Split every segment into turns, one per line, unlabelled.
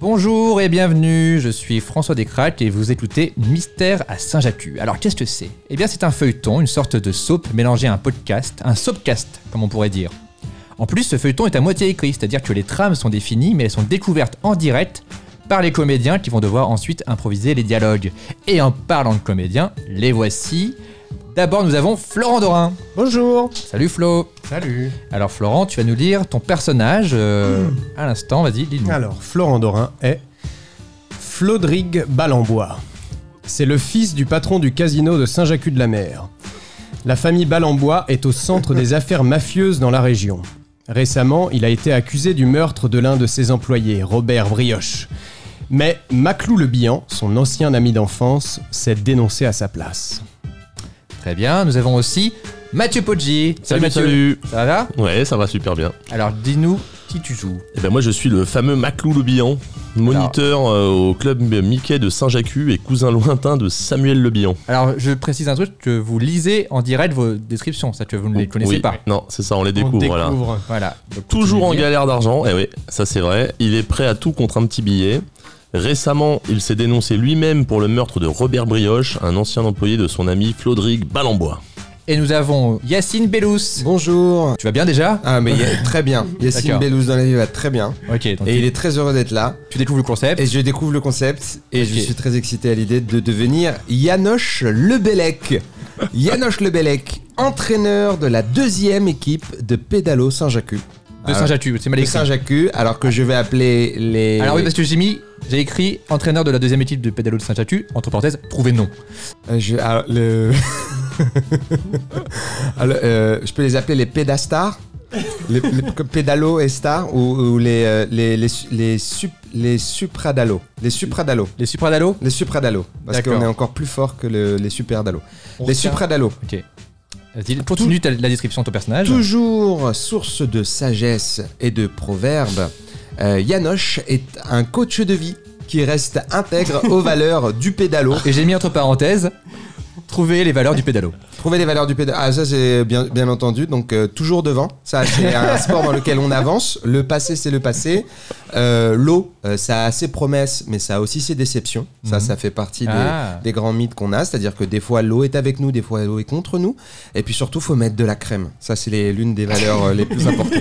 Bonjour et bienvenue, je suis François Descraques et vous écoutez Mystère à Saint-Jacques. Alors qu'est-ce que c'est Eh bien c'est un feuilleton, une sorte de soap mélangé à un podcast, un soapcast comme on pourrait dire. En plus ce feuilleton est à moitié écrit, c'est-à-dire que les trames sont définies mais elles sont découvertes en direct par les comédiens qui vont devoir ensuite improviser les dialogues. Et en parlant de comédiens, les voici. D'abord nous avons Florent Dorin.
Bonjour
Salut Flo
Salut
Alors Florent, tu vas nous lire ton personnage euh, à l'instant, vas-y, dis-nous.
Alors, Florent Dorin est Flodrigue Balambois. C'est le fils du patron du casino de Saint-Jacques-de-la-Mer. La famille Balambois est au centre des affaires mafieuses dans la région. Récemment, il a été accusé du meurtre de l'un de ses employés, Robert Brioche. Mais Maclou Le Bihan, son ancien ami d'enfance, s'est dénoncé à sa place.
Très bien, nous avons aussi Mathieu Poggi.
Salut,
Mathieu.
salut.
Ça va
Ouais, ça va super bien.
Alors dis-nous qui tu joues.
Et ben moi je suis le fameux Maclou Le Bihan, moniteur euh, au club Mickey de Saint-Jacques et cousin lointain de Samuel Le Bihan.
Alors je précise un truc que vous lisez en direct vos descriptions, ça que vous ne les connaissez
Oui.
pas.
Non, c'est ça, on les découvre,
On
voilà.
découvre.
Voilà. Donc,
Toujours en
continuez.
galère d'argent, eh oui, ça c'est vrai. Il est prêt à tout contre un petit billet. Récemment, il s'est dénoncé lui-même pour le meurtre de Robert Brioche, un ancien employé de son ami Flodrigue Balambois.
Et nous avons Yacine Bellous.
Bonjour
Tu vas bien déjà
Ah mais il est très bien, Yacine
D'accord.
Bellouz dans la vie va très bien
Ok, donc
et
tu,
il est très heureux d'être là
tu découvres le concept.
et je découvre le concept et
Ok.
je suis très excité à l'idée de devenir Yanoche Lebelec. Yanoche Lebelec, entraîneur de la deuxième équipe de pédalo Saint-Jacques.
De Saint-Jacques, c'est mal
De
écrit.
Saint-Jacques, alors que je vais appeler les...
Alors oui, parce que j'ai mis, j'ai écrit entraîneur de la deuxième équipe de pédalo de Saint-Jacques, entre parenthèses, trouvez nom.
Euh, Je, alors, le- Alors, euh, je peux les appeler les pédastars les, les p- pédalos et stars ou, ou les, euh, les, les, su- les, sup- les supradalos les supradalos
Les Supradalos
les supradalos parce
D'accord.
qu'on est encore plus fort que le- les superdalos
On
les
retient.
supradalos
Ok. Vas-y, continue ta- la description de ton personnage.
Toujours source de sagesse et de proverbes, euh, Yanoche est un coach de vie qui reste intègre aux valeurs du pédalo.
Et j'ai mis entre parenthèses, trouvez les valeurs du pédalo.
Trouver les valeurs du pédalo. Ah, ça, c'est bien, bien entendu. Donc, euh, toujours devant. Ça, c'est un sport dans lequel on avance. Le passé, c'est le passé. Euh, L'eau, euh, ça a ses promesses, mais ça a aussi ses déceptions. Ça, ça fait partie des,
Mhm. Ah.
des grands mythes qu'on a. C'est-à-dire que des fois, l'eau est avec nous, des fois, l'eau est contre nous. Et puis surtout, faut mettre de la crème. Ça, c'est les- l'une des valeurs euh, les plus importantes.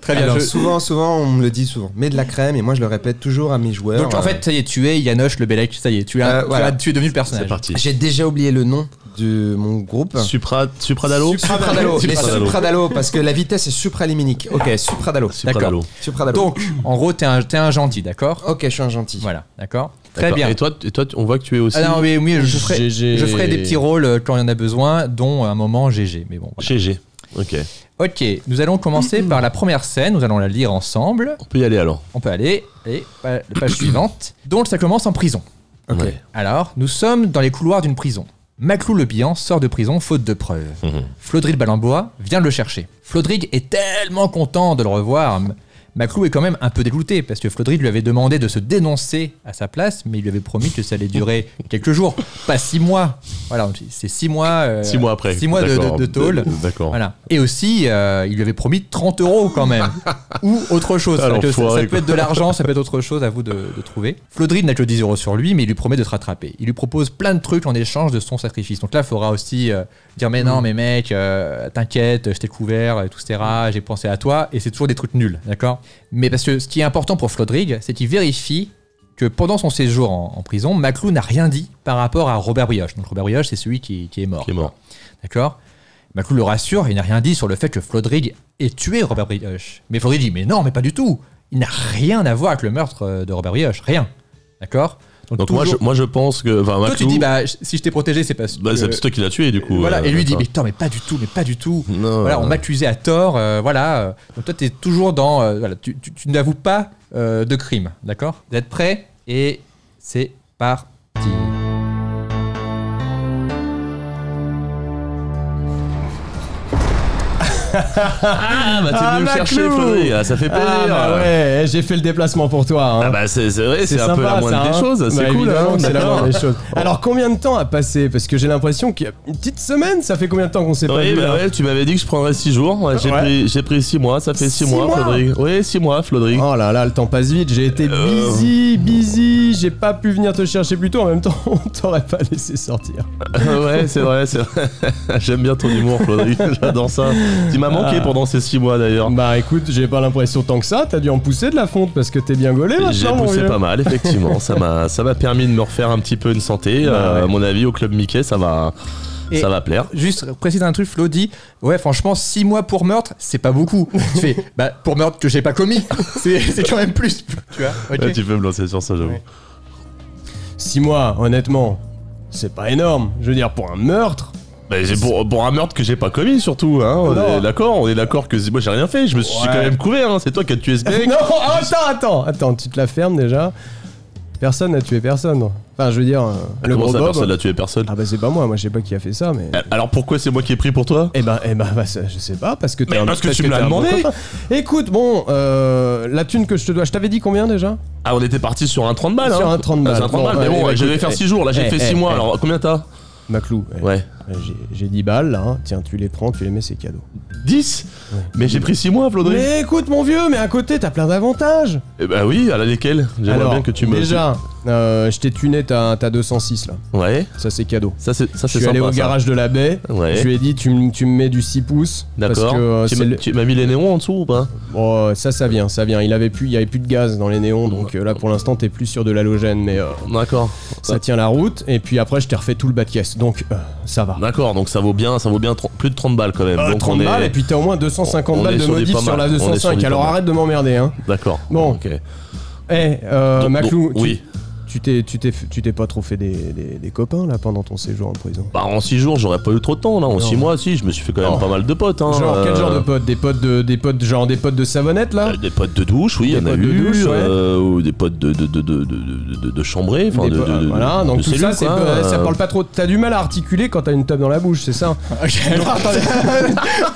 Très
Alors,
Eh je-
souvent, souvent, on me le dit souvent. Mets de la crème. Et moi, je le répète toujours à mes joueurs.
Donc en
Euh,
fait, ça y est, tu es Yanoche le Belek, ça y est, tu, as,
Euh,
tu
voilà.
as- tu es devenu le personnage.
C'est parti.
j'ai déjà oublié le nom de mon groupe.
Supra, Supradalo
Supradalo, les
Supradalo.
supradalo, parce que la vitesse est supraléminique. Ok, supradalo.
Supradalo.
Supradalo.
Donc, en gros, t'es un, t'es un gentil, d'accord
ok, je suis un gentil.
Voilà, d'accord Très
D'accord.
bien.
Et toi, t- et toi, t- on voit que tu es aussi
Ah non, mais oui, je ferai,
GG.
je ferai des petits rôles euh, quand il y en a besoin, dont un moment GG. Mais bon. voilà.
GG. Ok,
Ok, nous allons commencer par la première scène, nous allons la lire ensemble.
on peut y aller alors.
On peut aller, et pa- page suivante. Donc, ça commence en prison.
Ok.
Ouais.
Alors, nous sommes dans les couloirs d'une prison. Maclou le Bihan sort de prison faute de preuves.
Mhm.
Flodrig Balambois vient le chercher. Flodrig est tellement content de le revoir. M- Maclou est quand même un peu dégoûté parce que Flodrig lui avait demandé de se dénoncer à sa place, mais il lui avait promis que ça allait durer quelques jours, pas six mois. Voilà, donc c'est six mois. euh,
Six mois après.
Six mois de, de-
D'accord.
de tôle.
D'accord.
Voilà. Et aussi, euh, il lui avait promis 30 euros quand même. Ou autre chose.
Ah,
C'est-à-dire que ça,
l'enfoiré,
ça peut
quoi.
être de l'argent, ça peut être autre chose à vous de, de trouver. Flodrid n'a que 10 euros sur lui, mais il lui promet de se rattraper. Il lui propose plein de trucs en échange de son sacrifice. Donc là, il faudra aussi euh, dire Mais
Mm.
non, mais mec, euh, t'inquiète, je t'ai couvert, et tout, etc. J'ai pensé à toi. Et c'est toujours des trucs nuls, d'accord Mais parce que ce qui est important pour Flodrig, c'est qu'il vérifie que pendant son séjour en, en prison, Maclou n'a rien dit par rapport à Robert Brioche. Donc Robert Brioche, c'est celui qui, qui est mort.
Qui est mort.
D'accord Maclou le rassure, il n'a rien dit sur le fait que Flodrig ait tué Robert Brioche. Mais Flodrig dit, mais non, mais pas du tout. Il n'a rien à voir avec le meurtre euh, de Robert Brioche, rien. D'accord
Donc moi je,
toujours-
moi je pense que. enfin,
Toi, tu
Maclou-
dis, bah, je- si je t'ai protégé, c'est parce que...
Bah, c'est toi qui l'as tué du coup.
voilà,
euh, Hmm.
et lui dit,
enfin.
mais attends, mais pas du tout, mais pas du tout.
Non.
Voilà, on m'accusait à tort, euh, voilà. euh, Donc toi, t'es toujours dans... euh, voilà, tu, tu- tu n'avoues pas euh, de crime, d'accord Vous êtes prêts Et c'est parti.
Ah, bah t'es
Ah,
venu me chercher,
Maclou
Flodrig. Ah, ça fait plaisir.
Ah bah ouais, j'ai fait le déplacement pour toi. hein.
Ah bah c'est c'est vrai, c'est un
sympa,
peu la moindre
ça,
des
hein.
choses. C'est
Bah,
cool.
évidemment
hein,
que c'est la
d'accord.
moindre des choses. Alors combien de temps a passé Parce que j'ai l'impression qu'il y a une petite semaine, ça fait combien de temps qu'on s'est pas vu
Oui,
hein
bah
là
ouais, tu m'avais dit que je prendrais 6 jours. Ouais, j'ai
Ouais.
pris, j'ai pris 6 mois, ça fait 6
Six
mois,
mois
Flodrig. Oui, 6 mois, Flodrig.
Oh là là, le temps passe vite, j'ai été
Euh.
busy, busy, j'ai pas pu venir te chercher plus tôt, en même temps on t'aurait pas laissé sortir.
ouais, c'est vrai, c'est vrai. J'aime bien ton humour, Flodrig. J'adore ça. Tu m'as manqué
Ah.
pendant ces 6 mois d'ailleurs.
Bah écoute, j'ai pas l'impression tant que ça, t'as dû en pousser de la fonte parce que t'es bien gaulé maintenant
J'ai
mon
poussé
vieux.
pas mal, effectivement. ça m'a, ça m'a permis de me refaire un petit peu une santé.
Bah
Euh,
ouais.
À mon avis, au club Mickey, ça va,
Et-
ça va plaire.
Juste précise un truc, Flo dit Ouais, franchement, 6 mois pour meurtre, c'est pas beaucoup. tu fais Bah, pour meurtre que j'ai pas commis, c'est c'est quand même plus. Tu vois ok.
Ouais, tu peux me lancer sur ça, j'avoue.
Ouais.
6 mois, honnêtement, c'est pas énorme. Je veux dire, pour un meurtre,
Bah, j'ai- pour, pour un meurtre que j'ai pas commis, surtout. Hein, on
Non.
est d'accord, on est d'accord que c'est- moi j'ai rien fait. Je me suis
Ouais. Ah,
quand même couvert. hein, c'est toi qui as tué ce mec.
Non, attends, attends, attends, tu te la fermes déjà. Personne n'a tué personne. Enfin, je veux dire, euh, le
Ah, Comment
gros
ça,
Bob.
personne n'a tué personne Euh,
Ah bah c'est pas moi, moi je sais pas qui a fait ça, mais.
Alors pourquoi c'est moi qui ai pris pour toi
Eh ben, eh ben, bah, ça, je sais pas, parce que t'es
Mais
un-
parce que tu
t'es
me l'as
un bon
demandé.
copain. Écoute, bon, euh, la thune que je te dois, je t'avais dit combien déjà
Ah, on était parti sur un 30 balles.
Sur
hein.
un 30
Ah, sur
balles.
un 30
Bon,
balles, mais
allez,
bon,
bah,
j'avais
écoute,
faire
eh,
6 jours là, j'ai
eh,
fait
eh,
6 mois.
eh.
Alors combien t'as
Maclou. eh,
Ouais.
euh, j'ai- J'ai 10 balles là, hein. tiens, tu les prends, tu les mets, c'est cadeau.
10 Mais j'ai pris 6 mois, Flaudry.
Mais écoute, mon vieux, mais à côté, t'as plein d'avantages.
Eh bah oui, à la lesquels J'aimerais
Alors,
bien que tu me.
Déjà, euh, je t'ai tuné ta ta 206 là,
Ouais,
ça c'est cadeau.
ça c'est ça,
Je
c'est
suis allé
sympa.
au
ça.
garage de la baie.
Ouais.
Je lui ai dit, tu, m- tu me mets du 6 pouces. Parce
D'accord.
que euh,
Tu
c'est
m'as-
le-
Tu m'as mis les néons en dessous ou pas
Oh, ça, ça vient, ça vient. Il avait plus, il y avait plus de gaz dans les néons, donc euh, là pour l'instant t'es plus sur de l'halogène, mais euh,
D'accord.
ça tient la route. Et puis après, je t'ai refait tout le bas de caisse, donc euh, ça va.
D'accord, donc ça vaut bien, ça vaut bien tro- plus de 30 balles quand même.
Euh,
donc
30
on est...
balles, et puis t'as au moins 250
on- on
balles
est
de
sur du
modif
pas
sur la
mal. On est sur du
205.
pas
Alors
mal.
arrête de m'emmerder, hein.
D'accord.
Bon.
Ok.
Eh, euh,
Donc-
Maclou,
donc,
tu-
oui.
tu t'es, tu t'es, tu t'es pas trop fait des, des- des copains là pendant ton séjour en prison.
Bah en 6 jours, j'aurais pas eu trop de temps là. En 6 mois, si, je me suis fait quand même
Non.
pas mal de potes. Hein.
Genre quel
Euh,
genre de potes, des potes de, des potes genre des potes de savonnette là,
Euh, Des potes de douche, oui, il y
Des
en a
potes de
eu.
douche, ouais.
euh, ou des potes de, de, de, de, de, de, de- de chambrée, enfin
Des
de,
po-
de- de-
Voilà,
de
donc tout ça,
cellules,
c'est
quoi.
peu- ça
Euh,
parle pas trop. T'as du mal à articuler quand t'as une table dans la bouche, c'est ça
Alors, attendez.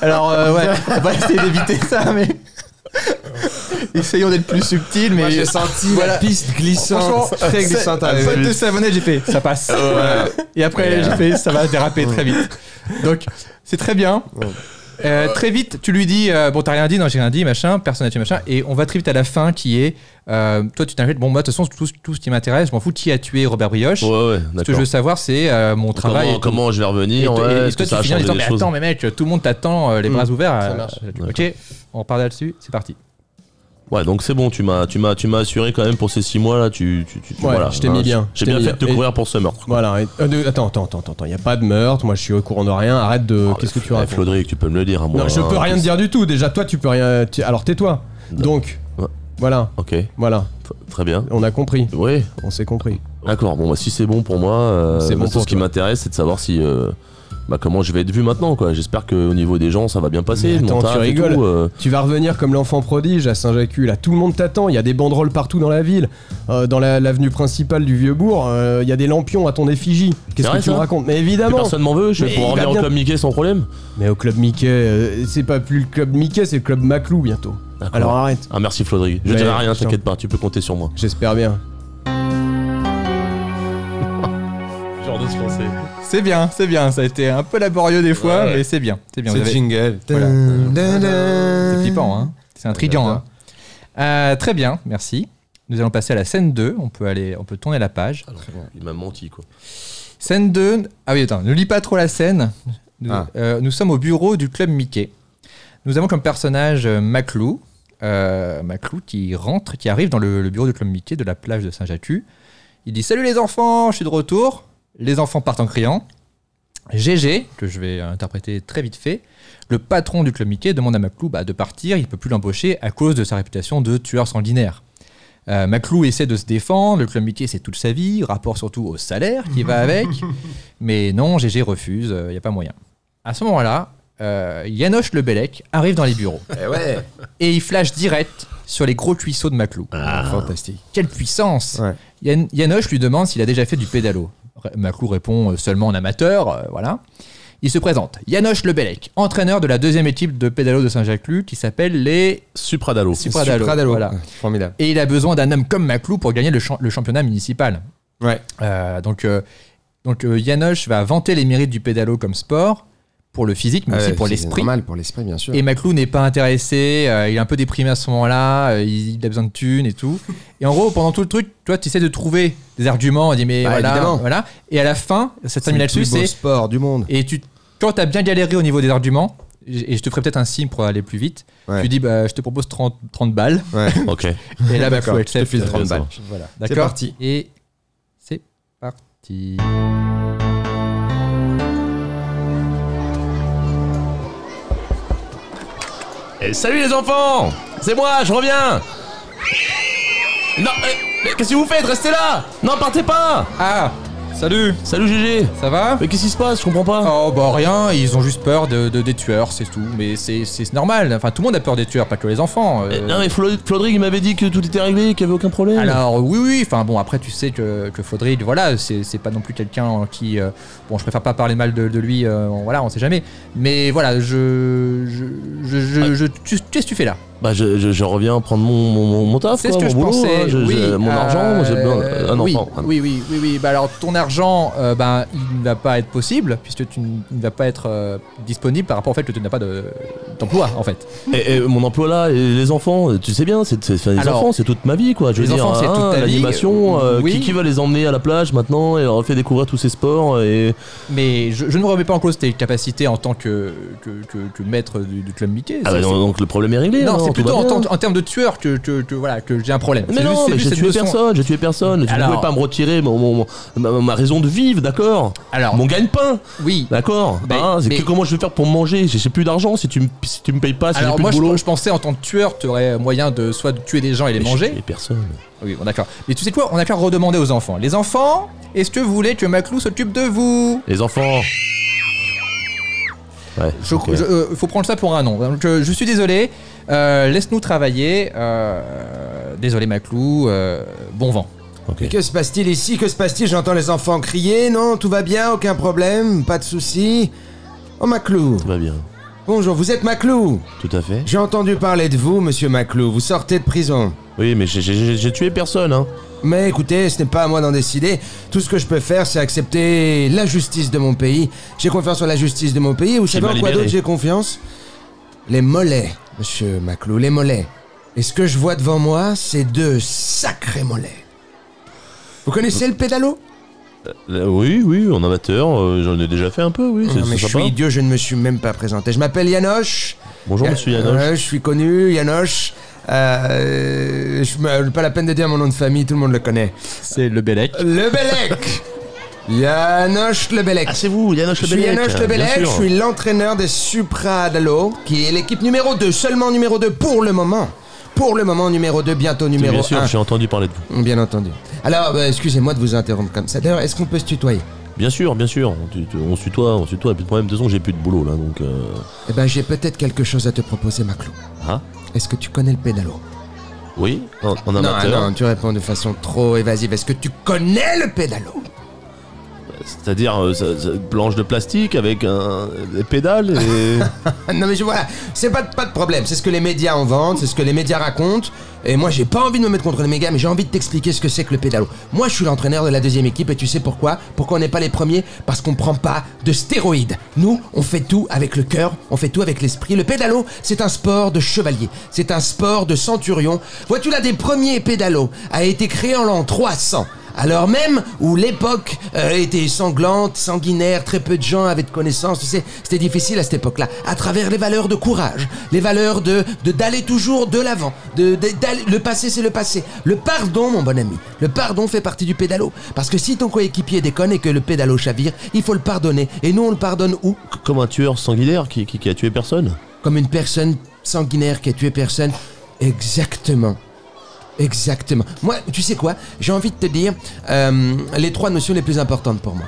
Alors, euh, ouais, on va essayer d'éviter ça, mais. Essayons d'être plus subtil, mais.
Moi, j'ai senti
Voilà.
la piste glissante,
Franchement,
très
c'est-
glissante. euh,
la
à
pote
la-
de savonnette, j'ai fait, ça passe. Et après, j'ai fait, ça va déraper très vite. Donc, c'est très bien. Euh, très vite, tu lui dis, euh, bon, t'as rien dit, non, j'ai rien dit, machin, personne n'a tué, machin, et on va très vite à la fin qui est, euh, toi, tu t'inquiètes, bon, moi, de toute façon, tout, tout ce qui m'intéresse, je m'en fous, qui a tué Robert Brioche
Ouais, ouais,
Ce que je
d'accord.
veux savoir, c'est euh, mon travail. et
Comment,
tout.
comment je vais
Et,
revenir
toi-
ouais,
et- et
Est-ce que
toi, tu
ça a
finis en
changé
disant,
des
mais
choses Mmh.
attends, mais mec, tout le monde t'attend, euh, les
Mm,
bras ouverts.
ça
euh,
marche.
euh, ok, on repart là-dessus, c'est parti.
Ouais, donc c'est bon, tu m'as, tu m'as, tu m'as assuré quand même pour ces 6 mois là. Tu, tu, tu- tu-
Ouais,
voilà, Ah,
je t'ai mis bien, je
J'ai
t'ai
bien
mis
fait de te
bien.
courir pour ce meurtre.
Voilà. et- euh, de- attends, attends, attends, attends, attends. Y a pas de meurtre. Moi, je suis au courant de rien. Arrête de.
Ah,
Euh, Qu'est-ce que
mais
tu
eh,
racontes
Flodric, tu peux me le dire à moi.
Non, je
hein,
peux rien
parce-
te dire du tout. Déjà, toi, tu peux rien. tu- Alors, tais-toi. Donc,
Ouais.
voilà,
Ok, t-
voilà.
très bien.
On a compris.
Oui,
On s'est compris.
d'accord. Bon, bah, si c'est bon pour moi, euh,
C'est bon
bah, ça,
pour
ce qui
toi.
m'intéresse, c'est de savoir si. euh, bah, comment je vais être vu maintenant, quoi. J'espère qu'au niveau des gens, ça va bien passer.
Mais
le
attends,
montage
tu
et
rigoles.
tout, euh,
Tu vas revenir comme l'enfant prodige à Saint-Jacques. Là, tout le monde t'attend. Il y a des banderoles partout dans la ville. Euh, dans la- l'avenue principale du Vieux-Bourg, euh, il y a des lampions à ton effigie. Qu'est-ce
vrai,
que tu
ça
me racontes Mais
Plus
évidemment.
personne m'en veut, je vais
Mais
pouvoir
il va
revenir au
bien-
club Mickey sans problème.
Mais au club Mickey, euh, c'est pas plus le club Mickey, c'est le club Maclou bientôt.
D'accord.
Alors arrête.
Ah merci Flodrig, je
Ouais,
dirai rien,
putain.
t'inquiète pas, tu peux compter sur moi.
J'espère bien.
Genre de se lancer.
C'est bien, c'est bien, ça a été un peu laborieux des fois, mais c'est bien, c'est bien. vous
C'est
avez-
jingle.
Voilà.
Dun, dun,
C'est
dun.
flippant, hein C'est intriguant, hein Euh, Très bien, merci. Nous allons passer à la scène 2. On peut, aller, on peut tourner la page.
Il m'a menti quoi.
Scène 2. Ah oui, attends, ne lis pas trop la scène. Nous,
Ah.
euh, nous sommes au bureau du club Mickey. Nous avons comme personnage euh, Maclou. Euh, Maclou qui rentre, qui arrive dans le, le bureau du club Mickey de la plage de Saint-Jatu. Il dit Salut les enfants, je suis de retour. Les enfants partent en criant. GG, que je vais interpréter très vite fait, le patron du club Mickey demande à Maclou bah, de partir, il ne peut plus l'embaucher à cause de sa réputation de tueur sanguinaire. Euh, Maclou essaie de se défendre, le club Mickey c'est toute sa vie, rapport surtout au salaire qui va avec, mais non, GG refuse, il n'y a pas moyen. À ce moment-là, euh, Yanoche le Bellec arrive dans les bureaux
Eh ouais.
et il flash direct sur les gros cuisseaux de Maclou.
Ah.
Ah,
Fantastique.
Quelle puissance
Ouais.
Yan- Yanoche lui demande s'il a déjà fait du pédalo. Ré- Maclou répond euh, seulement en amateur, euh, voilà. Il se présente, Yanoche Lebelec, entraîneur de la deuxième équipe de pédalo de Saint-Jacques-Lus qui s'appelle les
Supradalo.
Supradalo.
Supradalo.
Voilà.
Ouais, Formidable.
Et il a besoin d'un homme comme Maclou pour gagner le, champ- le championnat municipal.
Ouais.
Euh, donc, euh, donc euh, Yanoche va vanter les mérites du pédalo comme sport, pour le physique, mais
Ah Ouais,
aussi pour
c'est
l'esprit.
normal, pour l'esprit, bien sûr.
Et Maclou n'est pas intéressé, euh, il est un peu déprimé à ce moment-là, euh, il, il a besoin de thunes et tout. Et en gros, pendant tout le truc, toi, tu essaies de trouver des arguments, on dit mais
Bah,
voilà,
évidemment.
voilà. Et à la fin, ça termine
le
là-dessus,
plus beau
c'est.
sport du monde.
Et tu, quand t'as bien galéré au niveau des arguments, et je te ferai peut-être un signe pour aller plus vite,
Ouais.
tu dis bah, je te propose 30, 30 balles,
Ok.
et là, Maclou
D'accord,
accepte.
je te file
euh,
30 balles.
Voilà,
C'est
d'accord
parti.
Et c'est parti.
Et Eh, salut les enfants C'est moi, je reviens Non, eh, mais qu'est-ce que vous faites Restez là Non, partez pas
Ah Salut
Salut GG
Ça va
Mais qu'est-ce qui se passe Je comprends pas.
Oh bah rien, ils ont juste peur de, de- des tueurs, c'est tout. Mais c'est- c'est normal, enfin tout le monde a peur des tueurs, pas que les enfants. euh.
Eh, Non mais Flo- Flodrig il m'avait dit que tout était réglé, qu'il y avait aucun problème.
Alors oui oui, enfin bon après tu sais que, que Faudril, voilà, c'est c'est pas non plus quelqu'un en qui... euh, bon je préfère pas parler mal de, de lui, euh, on- voilà, on sait jamais. Mais voilà, je... je, je, je-
Ah.
je- tu- Qu'est-ce que tu fais là
Bah je, je- je reviens prendre mon, mon, mon, mon taf,
C'est ce
quoi,
que
mon
je
boulot,
pensais.
hein, je-
oui,
j'ai mon
euh,
argent, moi, j'ai besoin d'un
oui,
enfant.
Oui, oui, oui, oui. Bah alors ton argent, euh, ben, il ne va pas être possible puisque tu n- ne vas pas être euh, disponible par rapport au fait que tu n'as pas de- d'emploi en fait.
Et, et mon emploi là, et les enfants, tu sais bien, c'est, c'est- enfin, les
Alors,
enfants, c'est toute ma vie quoi. Je veux
les
dire,
enfants, c'est
hein,
toute ta vie,
l'animation,
euh,
euh,
oui.
qui, qui va les emmener à la plage maintenant et leur fait découvrir tous ces sports et
Mais je, je ne remets pas en cause tes capacités en tant que, que, que- que maître du, du club Mickey.
ah
Ça,
bah,
c'est-
donc, donc, le problème est réglé.
non,
alors,
c'est
tout
plutôt
va
en,
bien.
tant- en termes de tueur que, que- que- voilà, que j'ai un problème.
Mais
C'est juste-
non,
c'est
mais
juste
j'ai
cette
tué
notion.
personne, j'ai tué personne. Tu ne
Alors-
pouvais pas me retirer mon, mon- ma, ma raison de vivre, d'accord
Alors,
Mon gagne-pain,
oui.
d'accord
Mais-
Hein, c'est
mais-
que Comment je vais faire pour manger J'ai j'ai plus d'argent si tu me si tu me payes pas, si j'ai
Alors
plus
moi
de
je,
boulot.
je pensais en tant que tueur tu aurais moyen de soit de tuer des gens et les
Mais j'ai
manger
tué personne.
Oui, bon, d'accord. Mais tu sais quoi On a qu'à redemander aux enfants. Les enfants, est-ce que vous voulez que Maclou s'occupe de vous
Les enfants. Ouais.
je,
ok.
je- euh, Faut prendre ça pour un nom. Donc, euh, je suis désolé. Euh, Laisse-nous travailler. Euh, désolé, Maclou. euh, bon vent.
Ok.
Mais que se passe-t-il ici Que se passe-t-il J'entends les enfants crier. Non, tout va bien, aucun problème, pas de souci. Oh Maclou,
Tout va bien.
bonjour, vous êtes Maclou
Tout à fait.
J'ai entendu parler de vous, monsieur Maclou, vous sortez de prison.
Oui, mais j'ai- j'ai j'ai- j'ai tué personne, hein.
Mais écoutez, ce n'est pas à moi d'en décider. Tout ce que je peux faire, c'est accepter la justice de mon pays. J'ai confiance en la justice de mon pays. Vous savez
m'a
en quoi
libéré.
d'autre j'ai confiance Les mollets, monsieur Maclou, les mollets. Et ce que je vois devant moi, c'est deux sacrés mollets. Vous connaissez le pédalo
Euh, Oui, oui, en amateur, euh, j'en ai déjà fait un peu, oui. c'est-
Non, mais
c'est
je
sympa.
suis idiot, je ne me suis même pas présenté. Je m'appelle Yanoche.
Bonjour,
Euh,
monsieur Yanoche.
Ouais, Euh, je suis connu, Yanoche. Euh, je me- pas la peine de dire mon nom de famille, tout le monde le connaît.
C'est le Bellec.
Le Bellec Yanoche Le Bellec.
Ah, c'est vous, Yanoche
Je
le
suis
Bellec.
Yanoche Le
bien
Bellec, je
sûr.
suis l'entraîneur des Supradalo, qui est l'équipe numéro 2, seulement numéro 2 pour le moment. Pour le moment numéro 2, bientôt numéro
Bien sûr,
1.
j'ai entendu parler de vous.
Bien entendu. Alors, euh, excusez-moi de vous interrompre comme ça. D'ailleurs, est-ce qu'on peut se tutoyer
Bien sûr, bien sûr. On, tu- tu- on se tutoie, on se tutoie. Et puis de problème, de toute façon, j'ai plus de boulot là, donc. euh,
Eh ben, j'ai peut-être quelque chose à te proposer, Maclou.
Ah
Est-ce que tu connais le pédalo
Oui, en, en
Non,
amateur.
non, tu réponds de façon trop évasive. Est-ce que tu connais le pédalo
C'est-à-dire euh, ça- ça- planche de plastique avec un, des pédales et.
Ah, Non mais je voilà, c'est pas, pas de problème, c'est ce que les médias en vendent, c'est ce que les médias racontent, et moi j'ai pas envie de me mettre contre les médias, mais j'ai envie de t'expliquer ce que c'est que le pédalo. Moi je suis l'entraîneur de la deuxième équipe, et tu sais pourquoi Pourquoi on n'est pas les premiers Parce qu'on prend pas de stéroïdes. Nous, on fait tout avec le cœur, on fait tout avec l'esprit. Le pédalo, c'est un sport de chevalier, c'est un sport de centurion. Vois-tu là, des premiers pédalos a été créé en l'an 300. Alors même où l'époque euh, était sanglante, sanguinaire, très peu de gens avaient de connaissances, tu sais, c'était difficile à cette époque-là. À travers les valeurs de courage, les valeurs de de- d'aller toujours de l'avant, de, de- d'aller- le passé c'est le passé. Le pardon, mon bon ami, le pardon fait partie du pédalo. Parce que si ton coéquipier déconne et que le pédalo chavire, il faut le pardonner. Et nous on le pardonne où
Comme un tueur sanguinaire qui, qui, qui a tué personne.
Comme une personne sanguinaire qui a tué personne. Exactement. Exactement. Moi, tu sais quoi J'ai envie de te dire euh, les trois notions les plus importantes pour moi.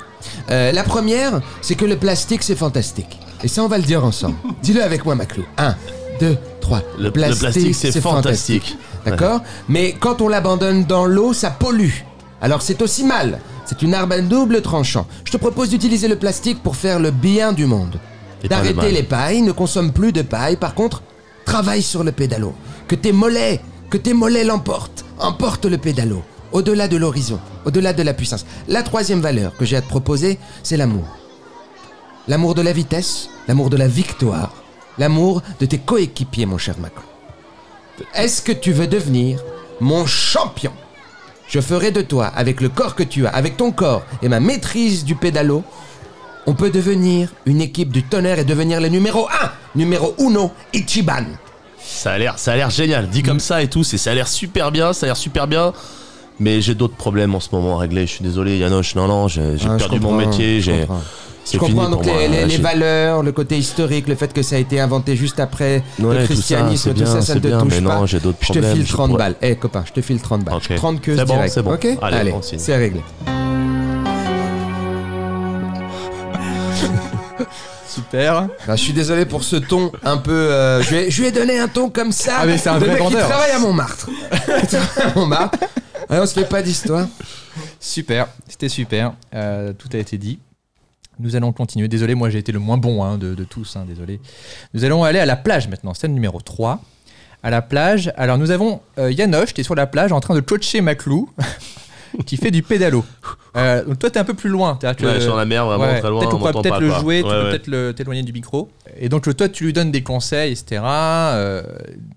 Euh, la première, c'est que le plastique, c'est fantastique. Et ça, on va le dire ensemble. Dis-le avec moi, Maclou. Un, deux, trois.
Le- le plastique, c'est fantastique.
D'accord Mais quand on l'abandonne dans l'eau, ça pollue. Alors c'est aussi mal. C'est une arme à double tranchant. Je te propose d'utiliser le plastique pour faire le bien du monde.
Et pas le
D'arrêter
mal.
les pailles, ne consomme plus de paille. Par contre, travaille sur le pédalo. Que tes mollets, que tes mollets l'emportent. Emporte le pédalo. Au-delà de l'horizon, au-delà de la puissance. La troisième valeur que j'ai à te proposer, c'est l'amour. L'amour de la vitesse, l'amour de la victoire, l'amour de tes coéquipiers, mon cher Macron. Est-ce que tu veux devenir mon champion Je ferai de toi, avec le corps que tu as, avec ton corps et ma maîtrise du pédalo, on peut devenir une équipe du tonnerre et devenir le numéro 1, numéro uno, Ichiban.
Ça a l'air, ça a l'air génial. Dit comme ça et tout, c'est, ça a l'air super bien, ça a l'air super bien. Mais j'ai d'autres problèmes en ce moment à régler. Je suis désolé, Yanoche. Non, non, j'ai, j'ai
Ah, je
perdu mon
comprends,
métier.
je
J'ai,
comprends.
c'est
Je comprends
fini
donc
pour moi,
les, les-
là,
les
j'ai-
valeurs, le côté historique, le fait que ça a été inventé juste après
Ouais,
le
tout ça,
christianisme,
c'est
tout ça,
bien,
ça, ne
c'est
te
bien,
touche
mais
pas.
non, j'ai d'autres
je te
problèmes,
file
je
30
pourrais-
balles. Eh copain, je te file 30 balles.
Ok.
30 queues
C'est bon,
direct.
c'est bon.
Ok
Allez,
Allez,
on signe.
c'est réglé.
Super.
Ah, je suis désolé pour ce ton un peu. euh, je, lui ai, je lui ai donné un ton comme ça.
Ah, mais c'est un
de
vrai
mec qui
vendeur.
travaille à Montmartre. Il travaille à Montmartre. Ouais, on se fait pas d'histoire.
Super, c'était super. Euh, tout a été dit. Nous allons continuer. Désolé, moi j'ai été le moins bon hein, de, de tous. hein, désolé. Nous allons aller à la plage maintenant. Scène numéro 3. À la plage. Alors nous avons euh, Yanoche qui est sur la plage en train de coacher Maclou qui fait du pédalo. Euh, donc toi t'es un peu plus loin. t'es-à-dire que-
Ouais,
euh,
sur la mer, vraiment
Ouais,
très loin. hein,
Peut-être qu'on
on
pourra
m'entend
peut-être
pas,
le
quoi.
jouer, tu
Ouais,
peux
ouais.
peut-être le- t'éloigner du micro. Et donc le- toi tu lui donnes des conseils, etc. Euh,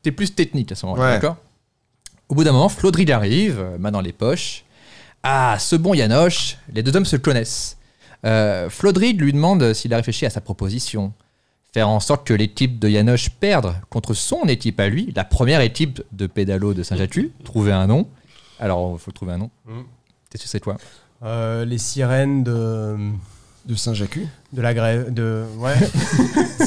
T'es plus technique à ce moment-là,
Ouais.
d'accord Au bout d'un moment, Flaudril arrive, euh, main dans les poches. Ah, ce bon Yanoche, les deux hommes se connaissent. Euh, Flaudril lui demande s'il a réfléchi à sa proposition. Faire en sorte que l'équipe de Yanoche perde contre son équipe à lui, la première équipe de pédalo de Saint-Jatu. Trouver un nom. Alors, il faut trouver un nom.
Mm.
Qu'est-ce que c'est toi
Euh, les sirènes de,
De Saint-Jacques
de la grève. De, ouais.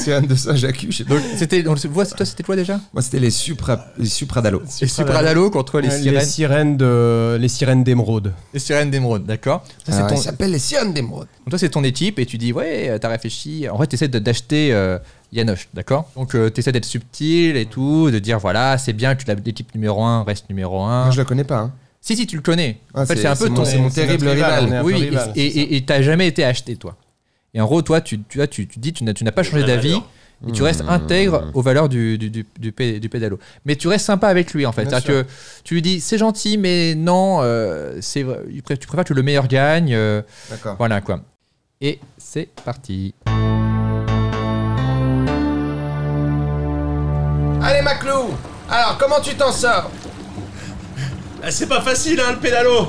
Sirène de Saint-Jacques, je sais pas.
Donc, c'était, donc, toi, c'était quoi déjà
Moi, c'était les, supra, les Supradalo.
Et Supradalo contre les
Ouais,
sirènes,
de, les sirènes d'Émeraude.
les sirènes d'émeraude, d'accord Ah Ça, c'est
Alors,
ton-
ils s'appellent Ah, les Sionnes d'Émeraude.
Donc toi, c'est ton équipe et tu dis, ouais, euh, t'as réfléchi. En vrai, t'essaies de- d'acheter euh, Yanoche, d'accord Donc, euh, t'essaies d'être subtil et tout, de dire, voilà, c'est bien que la- l'équipe numéro 1 reste numéro 1.
Moi, je la connais pas. hein.
Si, si, tu le connais.
Ah,
en fait, c'est un peu
mon-
ton.
C'est mon
c'est
terrible
notre rival,
rival.
on est un peu
Oui,
rival,
et- et et- et t'as jamais été acheté, toi. Et en gros, toi, tu, tu, vois, tu, tu dis, tu n'as tu n'as pas changé
la
d'avis.
valeur.
Et tu restes intègre aux valeurs du, du, du, du pé- du pédalo. Mais tu restes sympa avec lui, en fait.
Bien
C'est-à-dire que tu lui dis, c'est gentil, mais non, euh, c'est vrai, il pré- tu préfères que le meilleur gagne. euh,
D'accord.
voilà, quoi. Et c'est parti.
Allez, Maclou Alors, comment tu t'en sors
Ah,
Eh,
c'est pas facile, hein, le pédalo.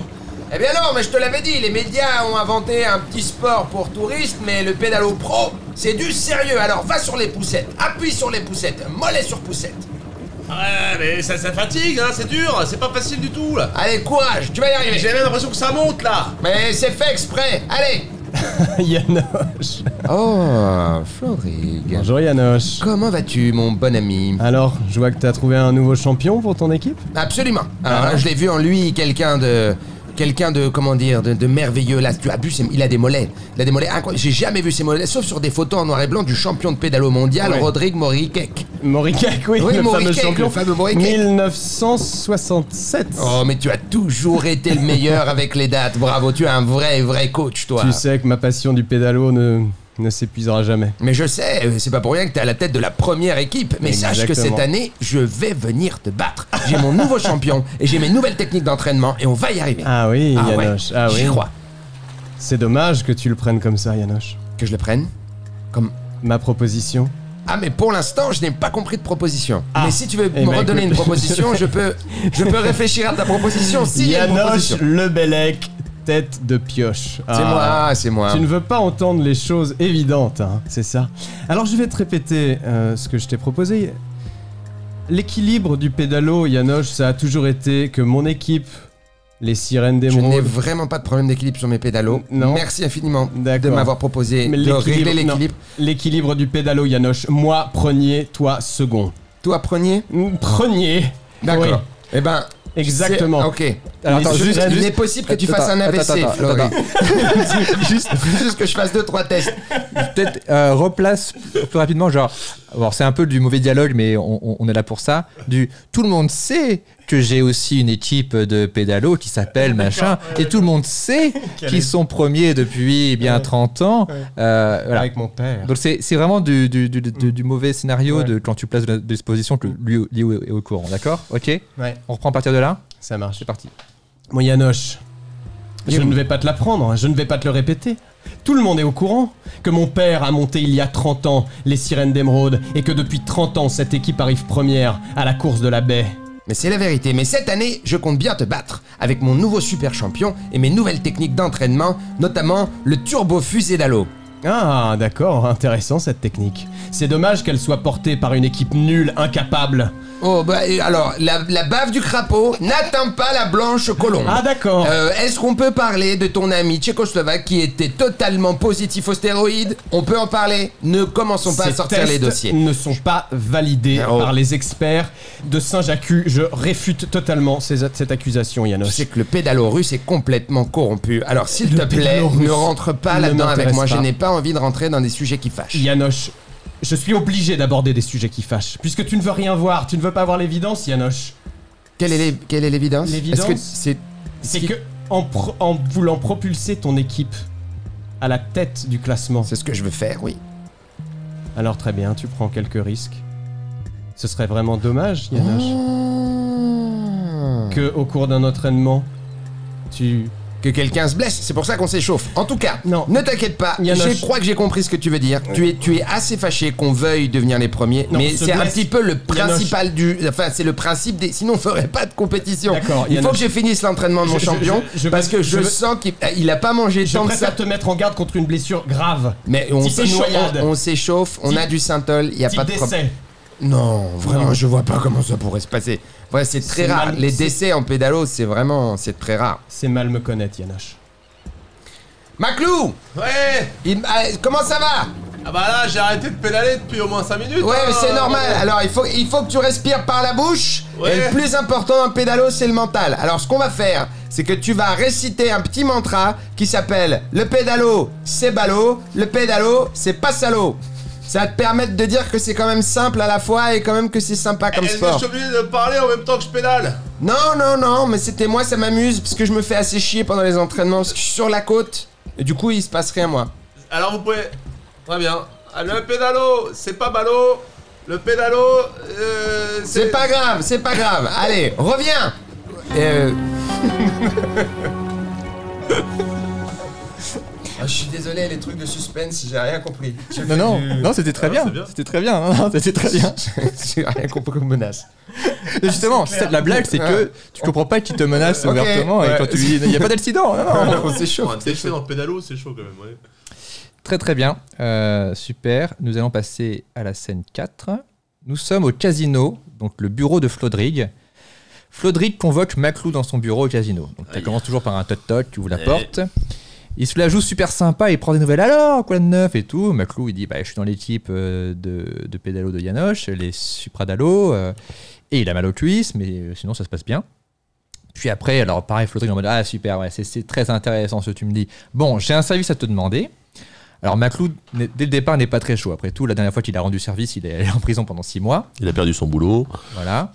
Eh bien non, mais je te l'avais dit, les médias ont inventé un petit sport pour touristes, mais le pédalo pro, c'est du sérieux. Alors va sur les poussettes, appuie sur les poussettes, mollet sur poussette.
Ouais, mais ça, ça fatigue, hein, c'est dur, c'est pas facile du tout là.
Allez, courage, tu vas y
J'ai
arriver.
même l'impression que ça monte là.
Mais c'est fait exprès, allez
Yanoche.
Oh, Florig.
Bonjour Yanoche.
Comment vas-tu, mon bon ami
Alors, je vois que t'as trouvé un nouveau champion pour ton équipe
Absolument. Alors là, Ah, je l'ai vu en lui, quelqu'un de... Quelqu'un de, comment dire, de, de merveilleux. Là, tu as vu, ses- il a des mollets. Il a des mollets incroyables. J'ai jamais vu ces mollets, sauf sur des photos en noir et blanc du champion de pédalo mondial,
Ouais.
Rodrigue Morikek.
Morikak, oui,
Oui,
le
Morikak,
fameux champion.
le fameux Morikak.
1967.
Oh, mais tu as toujours été le meilleur avec les dates. Bravo, tu es un vrai, vrai coach, toi.
tu sais que ma passion du pédalo ne, ne s'épuisera jamais.
Mais je sais, euh, c'est pas pour rien que t'es à la tête de la première équipe. Mais sache que
Exactement.
cette année, je vais venir te battre. J'ai mon nouveau champion et j'ai mes nouvelles techniques d'entraînement et on va y arriver.
Ah oui,
Ah ouais,
Yanoche. Ah
J'y
oui.
crois.
C'est dommage que tu le prennes comme ça, Yanoche.
Que je le prenne comme.
Ma proposition.
Ah, mais pour l'instant, je n'ai pas compris de proposition.
Ah.
mais si tu veux
Eh
me
ben,
redonner
écoute.
une proposition, je peux, je peux réfléchir à ta proposition si il y a une
Yanoche
proposition.
le Bellec, tête de pioche. Ah.
C'est moi, ah, c'est moi.
Tu ne veux pas entendre les choses évidentes, hein, c'est ça. Alors je vais te répéter euh, ce que je t'ai proposé. L'équilibre du pédalo, Yanoche, ça a toujours été que mon équipe, les sirènes
Je n'ai
d'émeraude,
vraiment pas de problème d'équilibre sur mes pédalos.
Non.
Merci infiniment de
D'accord.
m'avoir proposé
Mais
de
l'équilibre-
régler l'équilibre.
l'équilibre du pédalo, Yanoche, moi premier, toi second.
Toi, preniez
Premier.
D'accord.
Oui,
Eh ben.
exactement.
c'est- Ok.
Alors, attends,
Je-
juste,
il
juste-
est possible que tu
attends,
fasses un
attends,
AVC,
attends, attends,
Flory.
attends.
juste, juste que je fasse deux trois tests.
Peut-être euh, replace plus rapidement, genre. Alors, c'est un peu du mauvais dialogue, mais on, on- on est là pour ça. Du tout le monde sait que j'ai aussi une équipe de pédalos qui s'appelle machin, et tout le monde sait qu'ils sont premiers depuis bien 30 ans. Euh, voilà.
Avec mon père.
Donc c'est c'est vraiment du, du- du- du- du mauvais scénario
Ouais.
de quand tu places de l'exposition que lui, lui est au courant, d'accord Ok
Ouais,
On reprend à partir de là
ça marche.
C'est parti.
Bon, Yanoche, je ne vais pas te l'apprendre, hein, je ne vais pas te le répéter. Tout le monde est au courant que mon père a monté il y a 30 ans les sirènes d'émeraude et que depuis 30 ans cette équipe arrive première à la course de la baie.
Mais c'est la vérité. Mais cette année, je compte bien te battre avec mon nouveau super champion et mes nouvelles techniques d'entraînement, notamment le turbo fusée d'halo.
Ah, d'accord, intéressant cette technique. C'est dommage qu'elle soit portée par une équipe nulle, incapable.
Oh bah et alors, la, la bave du crapaud n'atteint pas la blanche colombe.
Ah, d'accord.
Euh, Est-ce qu'on peut parler de ton ami tchécoslovaque qui était totalement positif aux stéroïdes On peut en parler. Ne commençons pas à
Ces
sortir les
tests
dossiers.
ne sont pas validés
Oh.
par les experts de Saint-Jacques. Je réfute totalement ces- cette accusation, Yanos.
Je sais que le pédalo russe est complètement corrompu. Alors s'il
Le
te plaît,
pédalo russe
ne rentre pas
ne
là-dedans avec
m'intéresse
moi. Je
pas.
n'ai pas envie de rentrer dans des sujets qui fâchent.
Yanoche, je suis obligé d'aborder des sujets qui fâchent. Puisque tu ne veux rien voir, tu ne veux pas voir l'évidence, Yanoche.
Quelle est l'é- quelle est l'évidence
L'évidence,
Est-ce que c'est
C'est
ce qui-
que, en, pro- en voulant propulser ton équipe à la tête du classement,
c'est ce que je veux faire, oui.
alors très bien, tu prends quelques risques. Ce serait vraiment dommage, Yanoche,
Ah. Oh.
que au cours d'un entraînement, tu.
Que quelqu'un se blesse, c'est pour ça qu'on s'échauffe. En tout cas,
Non.
ne t'inquiète pas,
Yanoche.
je crois que j'ai compris ce que tu veux dire. Tu es, tu es assez fâché qu'on veuille devenir les premiers,
Non,
mais
se
c'est un
blesse.
petit peu le
Yanoche.
principal du. Enfin, c'est le principe des. Sinon, on ferait pas de compétition.
D'accord,
Il faut
Yanoche.
que je finisse l'entraînement de mon
Je- je-
champion,
je- je-
parce que je,
je-
sens qu'il eh, il a pas mangé
Je
tant que ça.
préfère te mettre en garde contre une blessure grave.
Mais on
Type
s'échauffe,
noyade.
on, on s'échauffe, on a
Type-
du synthol, il y a
Type
pas de problème.
d'essai.
Non, vraiment,
Non.
je vois pas comment ça pourrait se passer. Ouais, c'est très
C'est
rare.
mal-
Les
c'est-
décès en pédalo, c'est vraiment, c'est très rare.
C'est mal me connaître, Yanoche.
Maclou,
Ouais
il- ah, comment ça va
Ah bah là, j'ai arrêté de pédaler depuis au moins 5 minutes.
Ouais,
hein.
mais c'est normal. Alors, il faut, il faut que tu respires par la bouche.
Ouais.
Et le plus important en pédalo, c'est le mental. Alors, ce qu'on va faire, c'est que tu vas réciter un petit mantra qui s'appelle Le pédalo, c'est ballot. Le pédalo, c'est pas salaud. Ça va te permettre de dire que c'est quand même simple à la fois et quand même que c'est sympa comme
Est-ce que Eh, je
sport.
suis obligé de parler en même temps que je pédale
Non, non, non, mais c'était moi, ça m'amuse parce que je me fais assez chier pendant les entraînements parce que je suis sur la côte. Et du coup, il se passe rien, moi.
Alors vous pouvez. Très bien. Ah, Le pédalo, c'est pas ballot. Le pédalo, euh,
C'est pas grave, c'est pas grave. Allez, reviens. Euh... Ah, je suis désolé, les trucs de suspense, j'ai rien compris. Je-
Non, non, non, c'était très bien.
c'est bien.
C'était très bien. Non, non, c'était très bien.
J'ai rien compris comme menace.
Mais justement, c'est ça, la blague, c'est que tu comprends pas qu'il te menace
Ok,
ouvertement et
ouais.
quand tu lui dis il n'y a pas d'accident. Non, non.
On s'échauffe.
Ouais, t'es dans le pédalo, c'est chaud quand même. ouais.
Très très bien. Euh, super. Nous allons passer à la scène 4. Nous sommes au casino, donc le bureau de Flodrig. Flodrig convoque Maclou dans son bureau au casino. Donc ça
Aïe.
commence toujours par un tot-tot, tu ouvres la
Eh.
porte. Il se la joue super sympa, il prend des nouvelles. Alors, quoi de neuf et tout Maclou, il dit bah, Je suis dans l'équipe euh, de, de pédalo de Yanoche, les supradalo. euh, et il a mal aux cuisses, mais euh, sinon ça se passe bien. Puis après, alors pareil, Flodrig en mode Ah super, ouais, c'est- c'est très intéressant ce que tu me dis. Bon, j'ai un service à te demander. Alors Maclou, n'est- dès le départ, n'est pas très chaud. Après tout, la dernière fois qu'il a rendu service, il est allé en prison pendant six mois.
Il a perdu son boulot.
Voilà.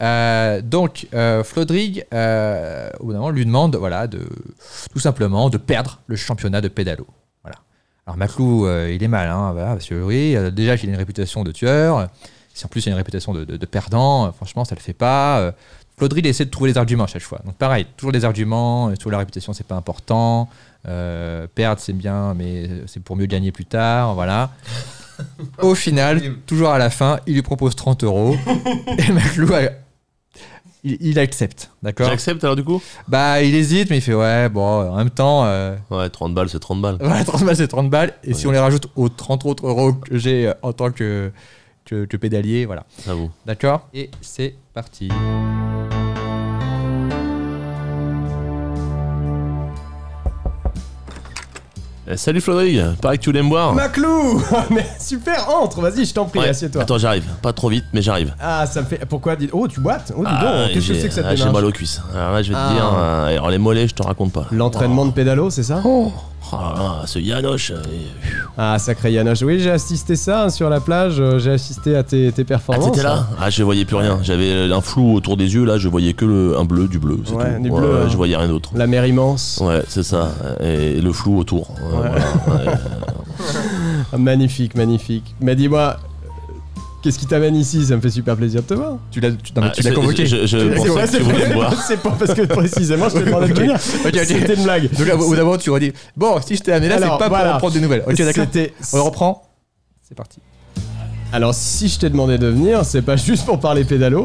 Euh, donc, euh, Flodrig, euh, au bout d'un moment, lui demande, voilà, de, tout simplement, de perdre le championnat de pédalo. Voilà. Alors, Maclou, euh, il est mal, hein, voilà, parce que oui, euh, déjà qu'il a une réputation de tueur, si en plus il a une réputation de, de- de perdant, euh, franchement, ça le fait pas. euh. Flodrig essaie de trouver des arguments à chaque fois. Donc, pareil, toujours des arguments, euh, toujours la réputation, c'est pas important, euh, perdre, c'est bien, mais euh, c'est pour mieux gagner plus tard, voilà. Au final, toujours à la fin, il lui propose 30 euros. Et Maclou, a- il, il accepte, d'accord
J'accepte alors du coup
Bah, il hésite, mais il fait ouais, bon, en même temps, euh,
Ouais, 30 balles, c'est 30 balles.
voilà, 30 balles, c'est 30 balles. Et si on les rajoute aux 30 autres euros que j'ai euh, en tant que, que, que pédalier, voilà.
Ça vaut.
D'accord Et c'est parti.
Euh, salut Flodrig, pareil que tu l'aimes
Oh.
boire.
Maclou Mais super, entre, vas-y, je t'en prie,
hein. Ouais.
assieds-toi.
Attends, j'arrive. Pas trop vite, mais j'arrive.
Ah, ça me fait. Pourquoi dis- Oh, tu boites Oh, dis
Ah,
donc, qu'est-ce que
j'ai-
c'est que cette
ah, J'ai
démarche
mal aux cuisses. Alors là, je vais
Ah.
te dire, euh, alors les mollets, je te raconte pas.
L'entraînement de pédalo, c'est ça
Oh là là, ce Yanoche. euh,
Ah, sacré Yanoche. Oui, j'ai assisté ça hein, sur la plage, euh, j'ai assisté à tes, tes
Ah,
performances.
t'étais là Ah, je voyais plus rien. J'avais un flou autour des yeux, là, je voyais que le- un bleu, du bleu. c'est
Ouais,
tout.
du bleu, hein.
Je voyais rien d'autre.
La mer immense.
Ouais, c'est ça. Et le flou autour. Euh, voilà, ouais. Oh.
Ah, magnifique, magnifique. Mais dis-moi, euh, qu'est-ce qui t'amène ici Ça me fait super plaisir de te voir.
Tu l'as tu-
Bah,
non, mais
Ah,
tu l'as
je-
convoqué.
Je, je
C'est-
pensais que
c'est-
tu voulais me voir.
c'est pas parce que précisément je t'ai demandé de
Ok.
venir.
Ok, ok.
C'était une blague.
Donc là, au bout d'un moment, tu redis Bon, si je t'ai amené là, c'est
Alors,
pas
voilà.
pour prendre des nouvelles. Ok, d'accord.
C'était-
On le reprend C'est parti.
Alors si je t'ai demandé de venir, c'est pas juste pour parler pédalo.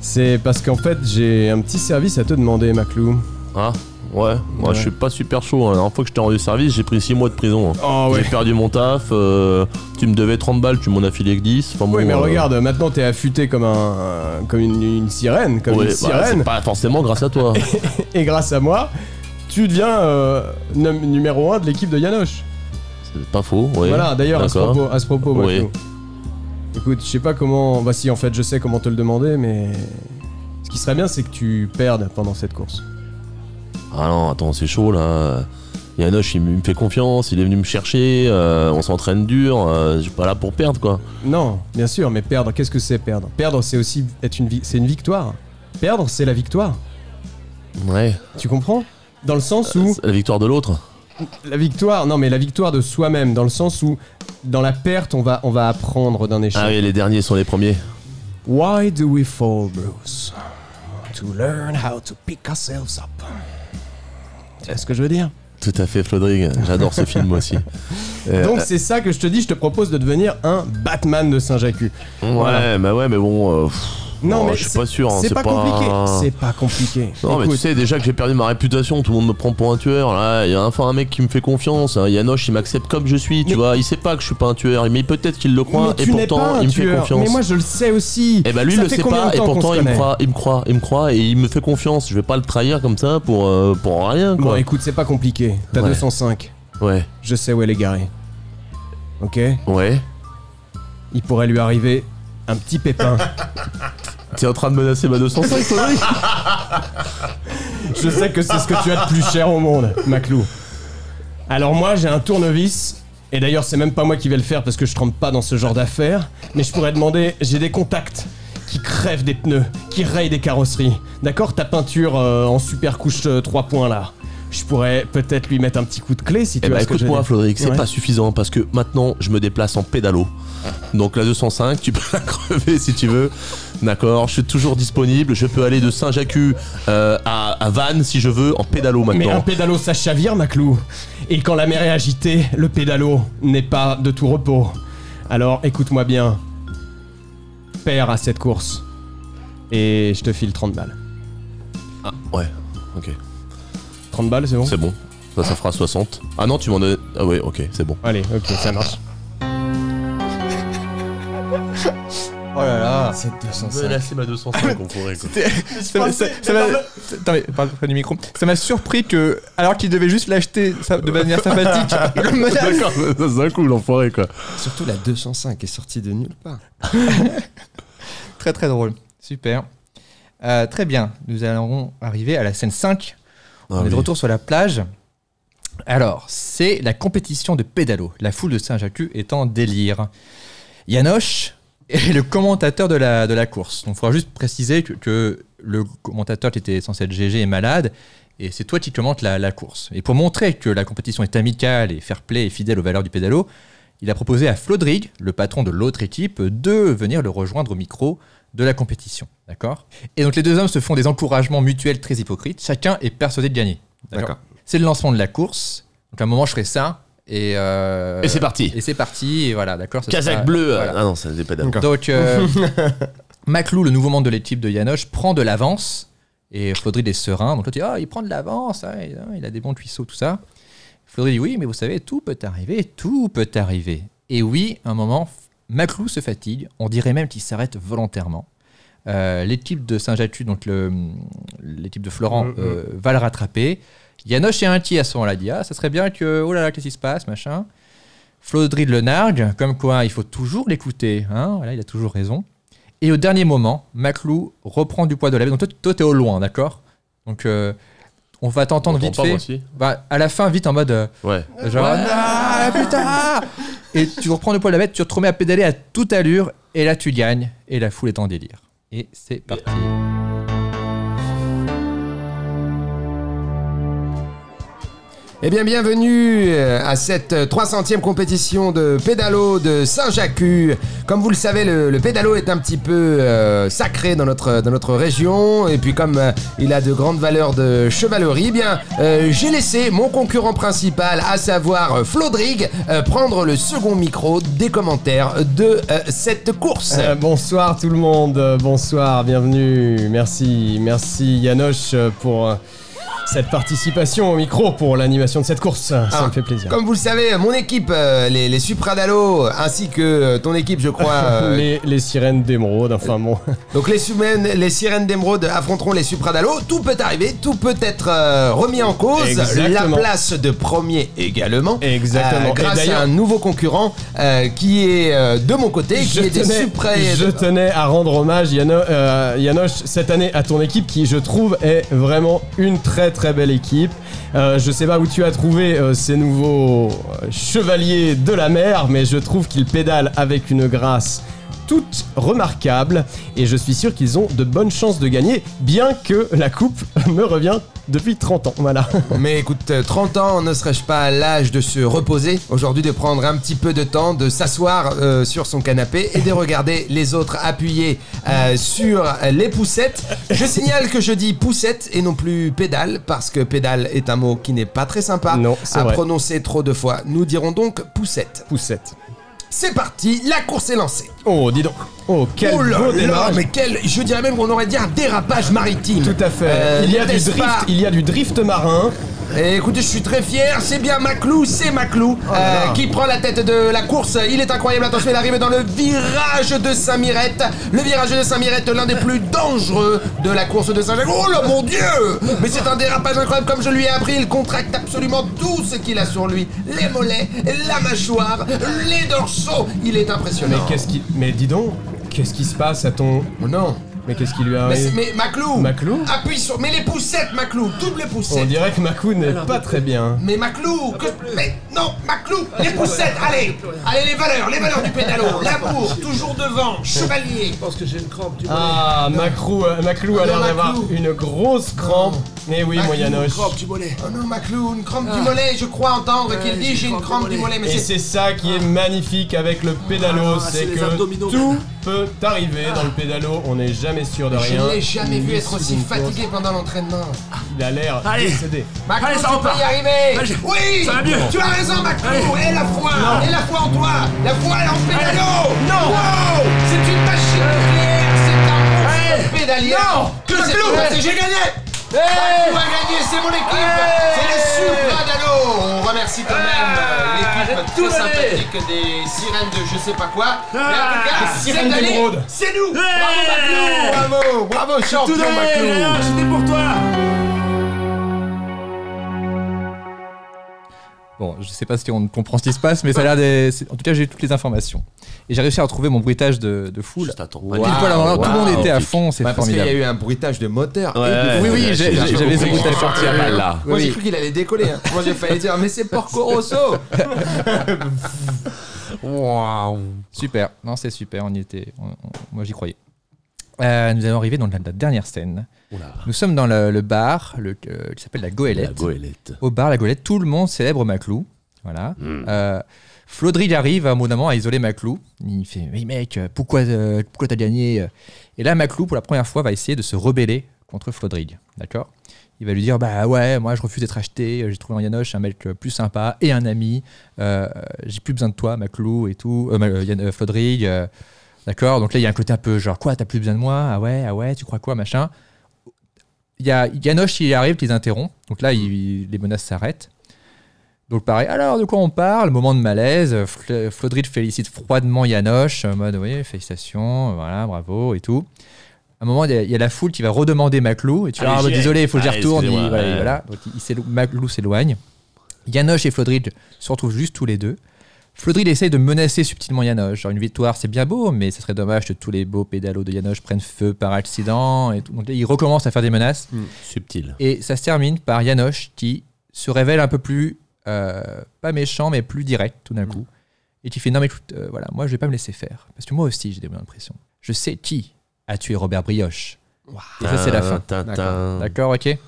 C'est parce qu'en fait j'ai un petit service à te demander, Maclou.
Ah, ouais. Moi,
Ouais.
je suis pas super chaud. hein. La dernière fois que je t'ai rendu service, j'ai pris 6 mois de prison. hein.
Oh
J'ai perdu mon taf. euh, tu me devais 30 balles, tu m'en as filé que 10. Enfin,
Oui
bon,
mais
euh,
regarde, maintenant t'es affûté comme un, comme une, une sirène, comme
ouais,
une
bah,
sirène.
c'est pas forcément grâce à toi.
Et grâce à moi, tu deviens euh, num- numéro 1 de l'équipe de Yanoche.
c'est pas faux, ouais.
voilà, d'ailleurs, à ce
d'accord.
propos, à ce propos
Oui.
Maclou. Écoute, je sais pas comment. Bah, si, en fait, je sais comment te le demander, mais. Ce qui serait bien, c'est que tu perdes pendant cette course.
Ah non, attends, c'est chaud là. Yanoche, il me fait confiance, il est venu me chercher, euh, on s'entraîne dur, euh, je suis pas là pour perdre quoi.
Non, bien sûr, mais perdre, qu'est-ce que c'est perdre Perdre, c'est aussi être une, vi- c'est une victoire. Perdre, c'est la victoire.
Ouais.
Tu comprends Dans le sens où
C'est La victoire de l'autre.
la victoire, non, mais la victoire de soi-même, dans le sens où dans la perte, on va, on va apprendre d'un échec.
Ah oui, les derniers sont les premiers.
Why do we fall, Bruce To learn how to pick ourselves up. C'est ce que je veux dire
Tout à fait, Flodrig, j'adore ce film moi aussi. Euh,
Donc c'est ça que je te dis, je te propose de devenir un Batman de Saint-Jacques.
ouais,
voilà.
bah ouais, mais bon. euh, pff,
Non,
oh,
mais
je suis
c'est-
pas sûr. hein,
C'est pas, compliqué. C'est pas compliqué.
Non, mais tu
Écoute,
sais déjà que j'ai perdu ma réputation, tout le monde me prend pour un tueur. Là, il y a enfin un mec qui me fait confiance. hein, Yanoche, il m'accepte comme je suis, tu
Mais-
vois. Il sait pas que je suis pas un tueur, mais peut-être qu'il le croit,
mais
et
tu n'es pas
pourtant,
un
il me fait
tueur.
confiance.
Mais moi je le sais aussi.
Et bah lui il
Ça
le
fait
sait
combien
pas
de
et
temps qu'on
pourtant
se
il me
connaît
croit, il me croit, il me croit et il me fait confiance. Je vais pas le trahir comme ça pour euh, pour rien
Bon
quoi.
écoute, c'est pas compliqué. T'as
Ouais.
205.
ouais,
Je sais où elle est garée. Ok
ouais.
Il pourrait lui arriver un petit pépin.
T'es en train de menacer ma 205 toi mec
Je sais que c'est ce que tu as de plus cher au monde, Maclou. Alors moi, j'ai un tournevis. Et d'ailleurs, c'est même pas moi qui vais le faire parce que je trempe pas dans ce genre d'affaires. Mais je pourrais demander, j'ai des contacts qui crèvent des pneus, qui rayent des carrosseries. D'accord Ta peinture euh, en super couche 3 points là. Je pourrais peut-être lui mettre un petit coup de clé si tu
Eh
veux.
bah écoute-moi Flodric, c'est
Ouais.
pas suffisant parce que maintenant je me déplace en pédalo. Donc la 205, tu peux la crever si tu veux. D'accord, je suis toujours disponible. Je peux aller de Saint-Jacques euh, à, à Vannes si je veux en pédalo
Mais un
maintenant.
pédalo, ça chavire, Maclou. Et quand la mer est agitée, le pédalo n'est pas de tout repos. Alors écoute-moi bien. Perds à cette course. Et je te file 30 balles.
Ah, ouais, ok,
30 balles, c'est bon
c'est bon. Ça, ça fera 60. Ah non, tu m'en as. Ah ouais, ok, c'est bon.
Allez, ok, ça marche.
Oh là là
C'est 205.
Menacer ma 205, on pourrait quoi.
ça m'a- ça- ça m'a- Attends, mais parle près du micro. Ça m'a surpris que, alors qu'il devait juste l'acheter ça- de manière sympathique, il le menace.
D'accord, c'est un coup l'enfoiré quoi.
Surtout la 205 est sortie de nulle part.
Très très drôle. Super. Euh, très bien. Nous allons arriver à la scène 5. On
Ah
est de
oui.
retour sur la plage. Alors, c'est la compétition de pédalo. La foule de Saint-Jacques est en délire. Yanoche est le commentateur de la, de la course. Donc, il faudra juste préciser que, que le commentateur qui était censé être GG est malade. Et c'est toi qui commentes la, la course. Et pour montrer que la compétition est amicale et fair-play et fidèle aux valeurs du pédalo, il a proposé à Flodrig, le patron de l'autre équipe, de venir le rejoindre au micro de la compétition. D'accord Et donc les deux hommes se font des encouragements mutuels très hypocrites. Chacun est persuadé de gagner.
D'accord.
C'est le lancement de la course. Donc à un moment, je ferai ça. Et, euh,
Et c'est parti.
Et c'est parti. Et voilà, d'accord. ce
Casaque
sera-
bleue.
voilà.
Ah non, ça faisait pas d'accord.
Donc, euh, Maclou, le nouveau membre de l'équipe de Yanoche, prend de l'avance. Et Flodrid est serein. Donc, l'autre dit Ah, il prend de l'avance. hein, il- hein, il a des bons cuisseaux, tout ça. Flodrid dit Oui, mais vous savez, tout peut arriver. Tout peut arriver. Et oui, à un moment, Maclou se fatigue. On dirait même qu'il s'arrête volontairement. Euh, l'équipe de Saint-Jatu, donc le- l'équipe de Florent,
Mhm.
euh, va le rattraper. Yanoche et Inti à ce moment-là dit Ah, ça serait bien que. Oh là là, qu'est-ce qui se passe machin. Flaudry de le nargue, comme quoi il faut toujours l'écouter. Hein voilà, il a toujours raison. Et au dernier moment, Maclou reprend du poids de la bête. Donc toi, toi, t'es au loin, d'accord Donc euh, on va t'entendre
T'entends
vite
pas,
fait.
moi aussi
Bah, à la fin, vite en mode. euh,
Ouais.
Genre, Ah, putain Et tu reprends le poil de la bête, tu te remets à pédaler à toute allure, et là tu gagnes, et la foule est en délire. Et c'est parti.
Eh bien, bienvenue euh, à cette euh, 300e compétition de pédalo de Saint-Jacques. Comme vous le savez, le, le pédalo est un petit peu euh, sacré dans notre, dans notre région. Et puis, comme euh, il a de grandes valeurs de chevalerie, eh bien, euh, j'ai laissé mon concurrent principal, à savoir euh, Flodrig, euh, prendre le second micro des commentaires de euh, cette course.
Euh, bonsoir tout le monde, euh, bonsoir, bienvenue, merci, merci Yanoche euh, pour euh, cette participation au micro pour l'animation de cette course, ça
Ah,
me fait plaisir.
Comme vous le savez, mon équipe, euh, les, les Supradalo, ainsi que euh, ton équipe, je crois, euh,
les, les sirènes d'émeraude, enfin bon.
Donc les, sumènes- les sirènes d'émeraude affronteront les supradalo. Tout peut arriver, tout peut être euh, remis en cause.
Exactement.
La place de premier également.
Exactement.
Euh, grâce
Et d'ailleurs-
à un nouveau concurrent euh, qui est euh, de mon côté, qui est des supra.
je tenais à rendre hommage, Yano- euh, Yanoche, cette année à ton équipe qui, je trouve, est vraiment une très très belle équipe. Euh, je sais pas où tu as trouvé euh, ces nouveaux euh, chevaliers de la mer, mais je trouve qu'ils pédalent avec une grâce toute remarquable et je suis sûr qu'ils ont de bonnes chances de gagner, bien que la coupe me revient depuis 30 ans. Voilà.
Mais écoute, euh, 30 ans, ne serais-je pas à l'âge de se reposer Aujourd'hui, de prendre un petit peu de temps, de s'asseoir euh, sur son canapé et de regarder les autres appuyés euh, sur les poussettes. Je signale que je dis poussette et non plus pédale, parce que pédale est un mot qui n'est pas très sympa
Non, c'est
à
vrai.
prononcer trop de fois. Nous dirons donc poussette.
Poussette.
C'est parti, la course est lancée.
Oh, dis donc. Oh, quel
oh là
beau
là,
démarrage.
mais quel, je dirais même qu'on aurait dit un dérapage maritime.
Tout à fait.
Euh,
il, y a du
n'est-ce
drift,
pas
il y a du drift marin.
Eh, écoutez, je suis très fier, c'est bien Maclou, c'est Maclou
Oh là
euh,
là.
qui prend la tête de la course. Il est incroyable, attention, il arrive dans le virage de Saint-Mirette. Le virage de Saint-Mirette, l'un des plus dangereux de la course de Saint-Jacques. Oh là mon dieu Mais c'est un dérapage incroyable, comme je lui ai appris, il contracte absolument tout ce qu'il a sur lui. Les mollets, la mâchoire, les dorsaux. Il est
Mais
impressionnant.
qu'est-ce qui. Mais dis donc, qu'est-ce qui se passe à ton.
Oh non
Mais qu'est-ce qui lui
Mais, c'est-
arrive
mais Maclou
Maclou Oh,
Appuie sur... Mais les poussettes, Maclou Double poussette
On dirait que Makou n'est pas très bien.
Mais Maclou que... Mais non, Maclou Les poussettes, allez Allez, les valeurs, les valeurs du pédalo L'amour, toujours devant, chevalier
Je pense que j'ai une crampe, tu vois.
Ah, Macrou, euh, Maclou a
Ah,
l'air
Maclou.
d'avoir une grosse crampe. Mais oui,
Maclou,
moi Yanoche.
Crampe du mollet.
Oh non, Maclou, une crampe du mollet, je crois entendre qu'il dit Ah. j'ai une crampe du mollet, mais
Et
c'est...
c'est
Ah.
ça qui est magnifique avec le pédalo,
Ah,
c'est
c'est les
que
abdominaux.
tout peut arriver dans le pédalo, on n'est jamais sûr de
Ah. Je
rien.
ne l'ai jamais vu
Ni
être
sous
aussi
une
fatigué pendant l'entraînement.
course. Il a l'air
Allez.
décédé.
Maclou,
Allez, ça
tu
repart.
peux y arriver
Allez,
Oui
ça va mieux.
Tu as raison, Maclou Et la foi Et la foi en toi La foi en pédalo
Non.
Wow, C'est une machine nucléaire, c'est un monstre pédalier
Non.
Que c'est
Maclou.
passé, j'ai gagné Maclou a gagné, c'est mon équipe C'est les Supradalo On remercie quand même
Ah,
euh, l'équipe
j'ai tout
très
donné.
sympathique des sirènes de je sais pas quoi. Mais en tout cas,
Les
cette
sirènes
année,
d'émeraude.
C'est nous
Ouais.
Bravo Maclou Bravo Bravo
Tout
champion
donné,
Maclou
Léa, c'était pour toi.
Bon, je sais pas si on comprend ce qui se passe, mais ça a l'air des. c'est- En tout cas, j'ai eu toutes les informations. Et j'ai réussi à retrouver mon bruitage de, de foule.
Juste attends.
Pile poil avant l'heure, tout le monde était à fond, c'est
Bah, parce qu'il y a
formidable.
eu un bruitage de moteur.
Ouais,
et de-
ouais,
Oui, oui,
ouais,
j'ai-
j'ai-
j'ai-
j'ai
j'avais ce
compris.
bruitage sorti à balle là.
Moi j'ai
Oui.
cru qu'il allait décoller. hein. Moi j'ai failli dire mais c'est Porco Rosso.
Waouh.
Super, non, c'est super, on y était. on- on- moi, j'y croyais. Euh, nous allons arriver dans la, la dernière scène.
Oula.
Nous sommes dans le, le bar le, euh, qui s'appelle la
La
Goélette.
goélette.
au bar, la golette, tout le monde célèbre Maclou. Voilà. Euh, Flaudry arrive à un moment à isoler Maclou. Il fait Mais mec, euh, pourquoi, euh, pourquoi t'as gagné Et là, Maclou, pour la première fois, va essayer de se rebeller contre Flaudrig. D'accord Il va lui dire Bah ouais, moi je refuse d'être acheté. J'ai trouvé en Yanoche un mec euh, plus sympa et un ami. Euh, J'ai plus besoin de toi, Maclou et tout. Euh, Ma- euh, Yann- euh, Flaudrig. euh, D'accord Donc là, il y a un côté un peu genre Quoi, t'as plus besoin de moi Ah ouais, ah ouais, tu crois quoi Machin. Il y a Yanoche, il arrive, qui les interrompt. Donc là,
Mm.
il- les menaces s'arrêtent. Donc pareil, alors de quoi on parle Moment de malaise. euh, Fl- Flodrid félicite froidement Yanoche, en mode oui, félicitations, voilà, bravo et tout. un moment, il y a- il y, a la foule qui va redemander Maclou. Et tu
Ah,
dis, ah,
mais
bah,
j'y ai.
désolé, il faut que j'y
Ah,
retourne. Il-
excusez-moi,
voilà,
ouais.
et voilà. Donc, il- il s'élo- Maclou s'éloigne. Yanoche et Flodridge se retrouvent juste tous les deux. Flodridge essaye de menacer subtilement Yanoche. Genre, une victoire, c'est bien beau, mais ça serait dommage que tous les beaux pédalos de Yanoche prennent feu par accident. Et tout. Donc, il recommence à faire des menaces.
Subtil.
Et ça se termine par Yanoche qui se révèle un peu plus, euh, pas méchant, mais plus direct tout d'un coup. Et qui fait Non, mais écoute, euh, voilà, moi je vais pas me laisser faire. Parce que moi aussi j'ai des moments de pression. Je sais qui a tué Robert Brioche. Et ça, c'est la fin.
Tintin.
D'accord, ok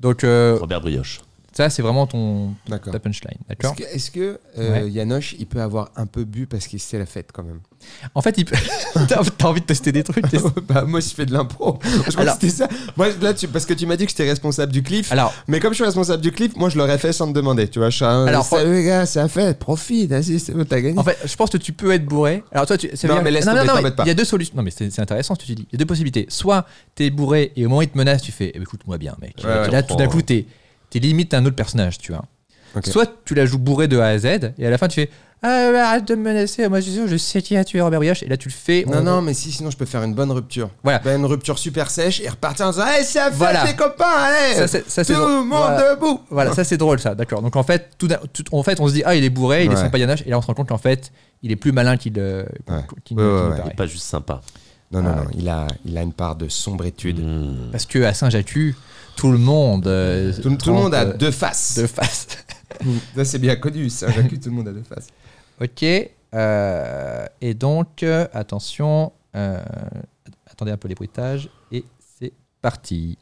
Donc, euh,
Robert Brioche.
ça, c'est vraiment ton,
D'accord.
ta punchline.
Est-ce
D'accord
que, est-ce que, euh,
Ouais.
Yanoche, il peut avoir un peu bu parce que c'était la fête quand même
En fait, il peut- t'as t'as envie de tester des trucs. t'es-
bah, Moi, je fais de l'impro. Je crois
Alors-
que c'était ça. Moi, là, tu- parce que tu m'as dit que j'étais responsable du cliff.
Alors,
Mais comme je suis responsable du clip, moi je l'aurais fait sans te demander. Tu vois, je suis un.
Alors,
salut les gars, c'est la fête, profite, vas-y, c'est bon, t'as gagné.
En fait, je pense que tu peux être bourré. Alors toi, tu, ça veut
Non, mais laisse
non,
tomber,
non,
t'embête pas.
Il y a deux solutions. Non, mais c'est c'est intéressant ce que tu dis. Il y a deux possibilités. Soit t'es bourré et au moment où il te menace, tu fais eh ben, écoute-moi bien, mec.
Ouais, ouais.
Et là, tout d'un coup, t'es es limite un autre personnage, tu vois.
Ok.
Soit tu la joues bourré de A à Z et à la fin, tu fais ah, ouais, arrête de me menacer. Moi, je suis sûr, je sais qui a tué Robert Brioche. Et là, tu le fais.
non,
On-
non, mais si, sinon je peux faire une bonne rupture.
Voilà.
Ben, une rupture super sèche et repartir en disant, hey, c'est la fête,
Voilà.
les copains, allez
Ça, c'est- ça, c'est
Tout
drôle.
le monde
Voilà.
debout
Voilà, ça c'est drôle ça, d'accord. Donc en fait, tout, d'un- tout- en fait, on se dit ah il est bourré, il est
Ouais.
sans paillanache, et là on se rend compte qu'en fait il est plus malin qu'il euh, qu'on- qu'il
Ouais. Ouais,
qu'il
ouais,
nous
ouais.
paraît.
Pas juste sympa.
Non, non,
Ah,
non, il a, il a une part de sombrétude.
Hmm.
Parce que à Saint-Jacques, tout le monde, euh,
Tout, tout le monde a
trente, euh,
deux faces.
de face.
Ça, c'est bien connu, ça, Jacques, tout le monde a deux faces.
Ok. euh, et donc, euh, attention. euh, attendez un peu les bruitages. Et c'est parti.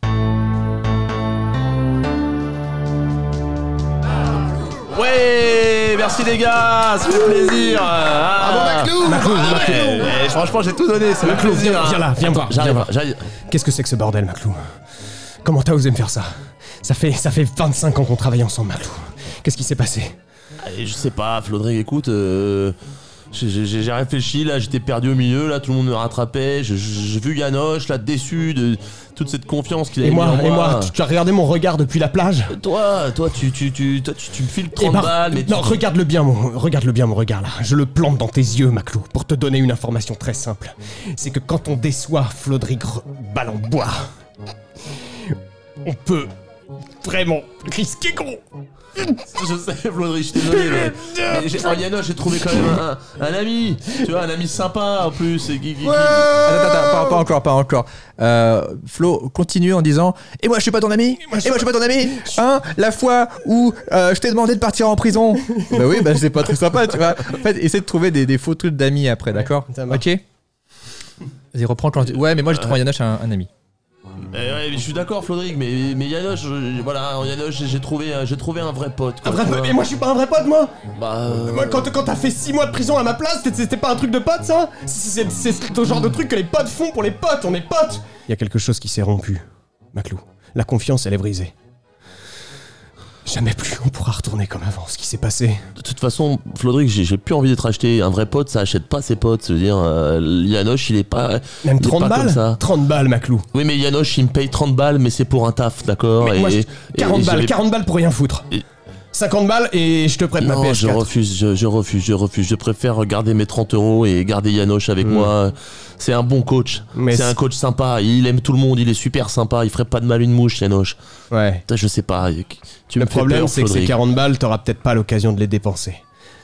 Ouais, merci les gars, ça fait plaisir. Ah,
Bravo, Maclou
Ouais, ouais, franchement, j'ai tout donné, ça fait
Maclou,
plaisir.
viens, viens là, viens me voir, viens
J'arrive,
voir.
j'arrive.
Qu'est-ce que c'est que ce bordel, Maclou Comment t'as osé me faire ça ça fait, ça fait 25 ans qu'on travaille ensemble, Maclou. Qu'est-ce qui s'est passé
Allez, Je sais pas, Flodrig, écoute, euh, j'ai- j'ai j'ai réfléchi, là, j'étais perdu au milieu, là, tout le monde me rattrapait. je- je- J'ai vu Ganoche, là, déçu de toute cette confiance qu'il
Et
avait mis
moi,
en
et moi, tu, tu as regardé mon regard depuis la plage
Toi, toi, tu, tu, tu, toi, tu, tu me files 30
Eh ben,
balles, mais
non,
tu-
regarde-le bien, mon, regarde-le bien, mon regard là. Je le plante dans tes yeux, Maclou, pour te donner une information très simple. C'est que quand on déçoit Flodric Re- Ballambois, on peut vraiment risquer gros.
Je sais, Flodrig, je suis désolé. Mais, mais j'ai- en Yanoche, j'ai trouvé quand même un, un ami, tu vois, un ami sympa en plus. et qui- qui- qui-
Attends, attends, attends, pas, pas encore, pas encore. Euh, Flo continue en disant Et moi, je suis pas ton ami Et moi, je suis pas ton ami Hein La fois où euh, je t'ai demandé de partir en prison Bah oui, bah c'est pas très sympa, tu vois. En fait, essaie de trouver des, des faux trucs d'amis après, d'accord
ça marche.
Ok Vas-y, reprends quand tu- Ouais, mais moi, j'ai trouvé Yanoche un, un ami.
Eh ouais, mais je suis d'accord, Flodrig, mais, mais Yanoche, je- voilà, en Yanoche, j'ai- j'ai trouvé, un- j'ai trouvé un vrai pote. quoi,
Un vrai
tu
pote,
vois.
mais moi je suis pas un vrai pote, moi
Bah, euh,
Moi, quand, quand t'as fait 6 mois de prison à ma place, c'était- c'était pas un truc de pote, ça hein C'est c'est- c'est le genre de truc que les potes font pour les potes, on est potes Il y a quelque chose qui s'est rompu, Maclou. La confiance, elle est brisée. Jamais plus on pourra retourner comme avant ce qui s'est passé.
de toute façon, Flodrig, j'ai j'ai plus envie d'être acheté. Un vrai pote, ça achète pas ses potes. C'est-à-dire, Yanoche, euh, il est pas.
Même
il est
30
pas
balles
comme ça.
30 balles, Maclou.
Oui, mais Yanoche, il me paye 30 balles, mais c'est pour un taf, d'accord
Mais
Et-
moi, je-
et-
40
et
balles,
j'avais-
40 balles pour rien foutre.
Et-
50 balles et je te prête ma
Non, je
PS4.
refuse, je, je refuse, je refuse. Je préfère garder mes 30 euros et garder Yanoche avec moi. C'est un bon coach.
Hmm. Mais
C'est
c'est-
un coach sympa. Il aime tout le monde. Il est super sympa. Il ferait pas de mal une mouche, Yanoche.
Ouais.
Putain, Je sais pas. Tu
Le
me fais
problème,
peur,
c'est que ces
Flodrig.
40 balles, t'auras peut-être pas l'occasion de les dépenser.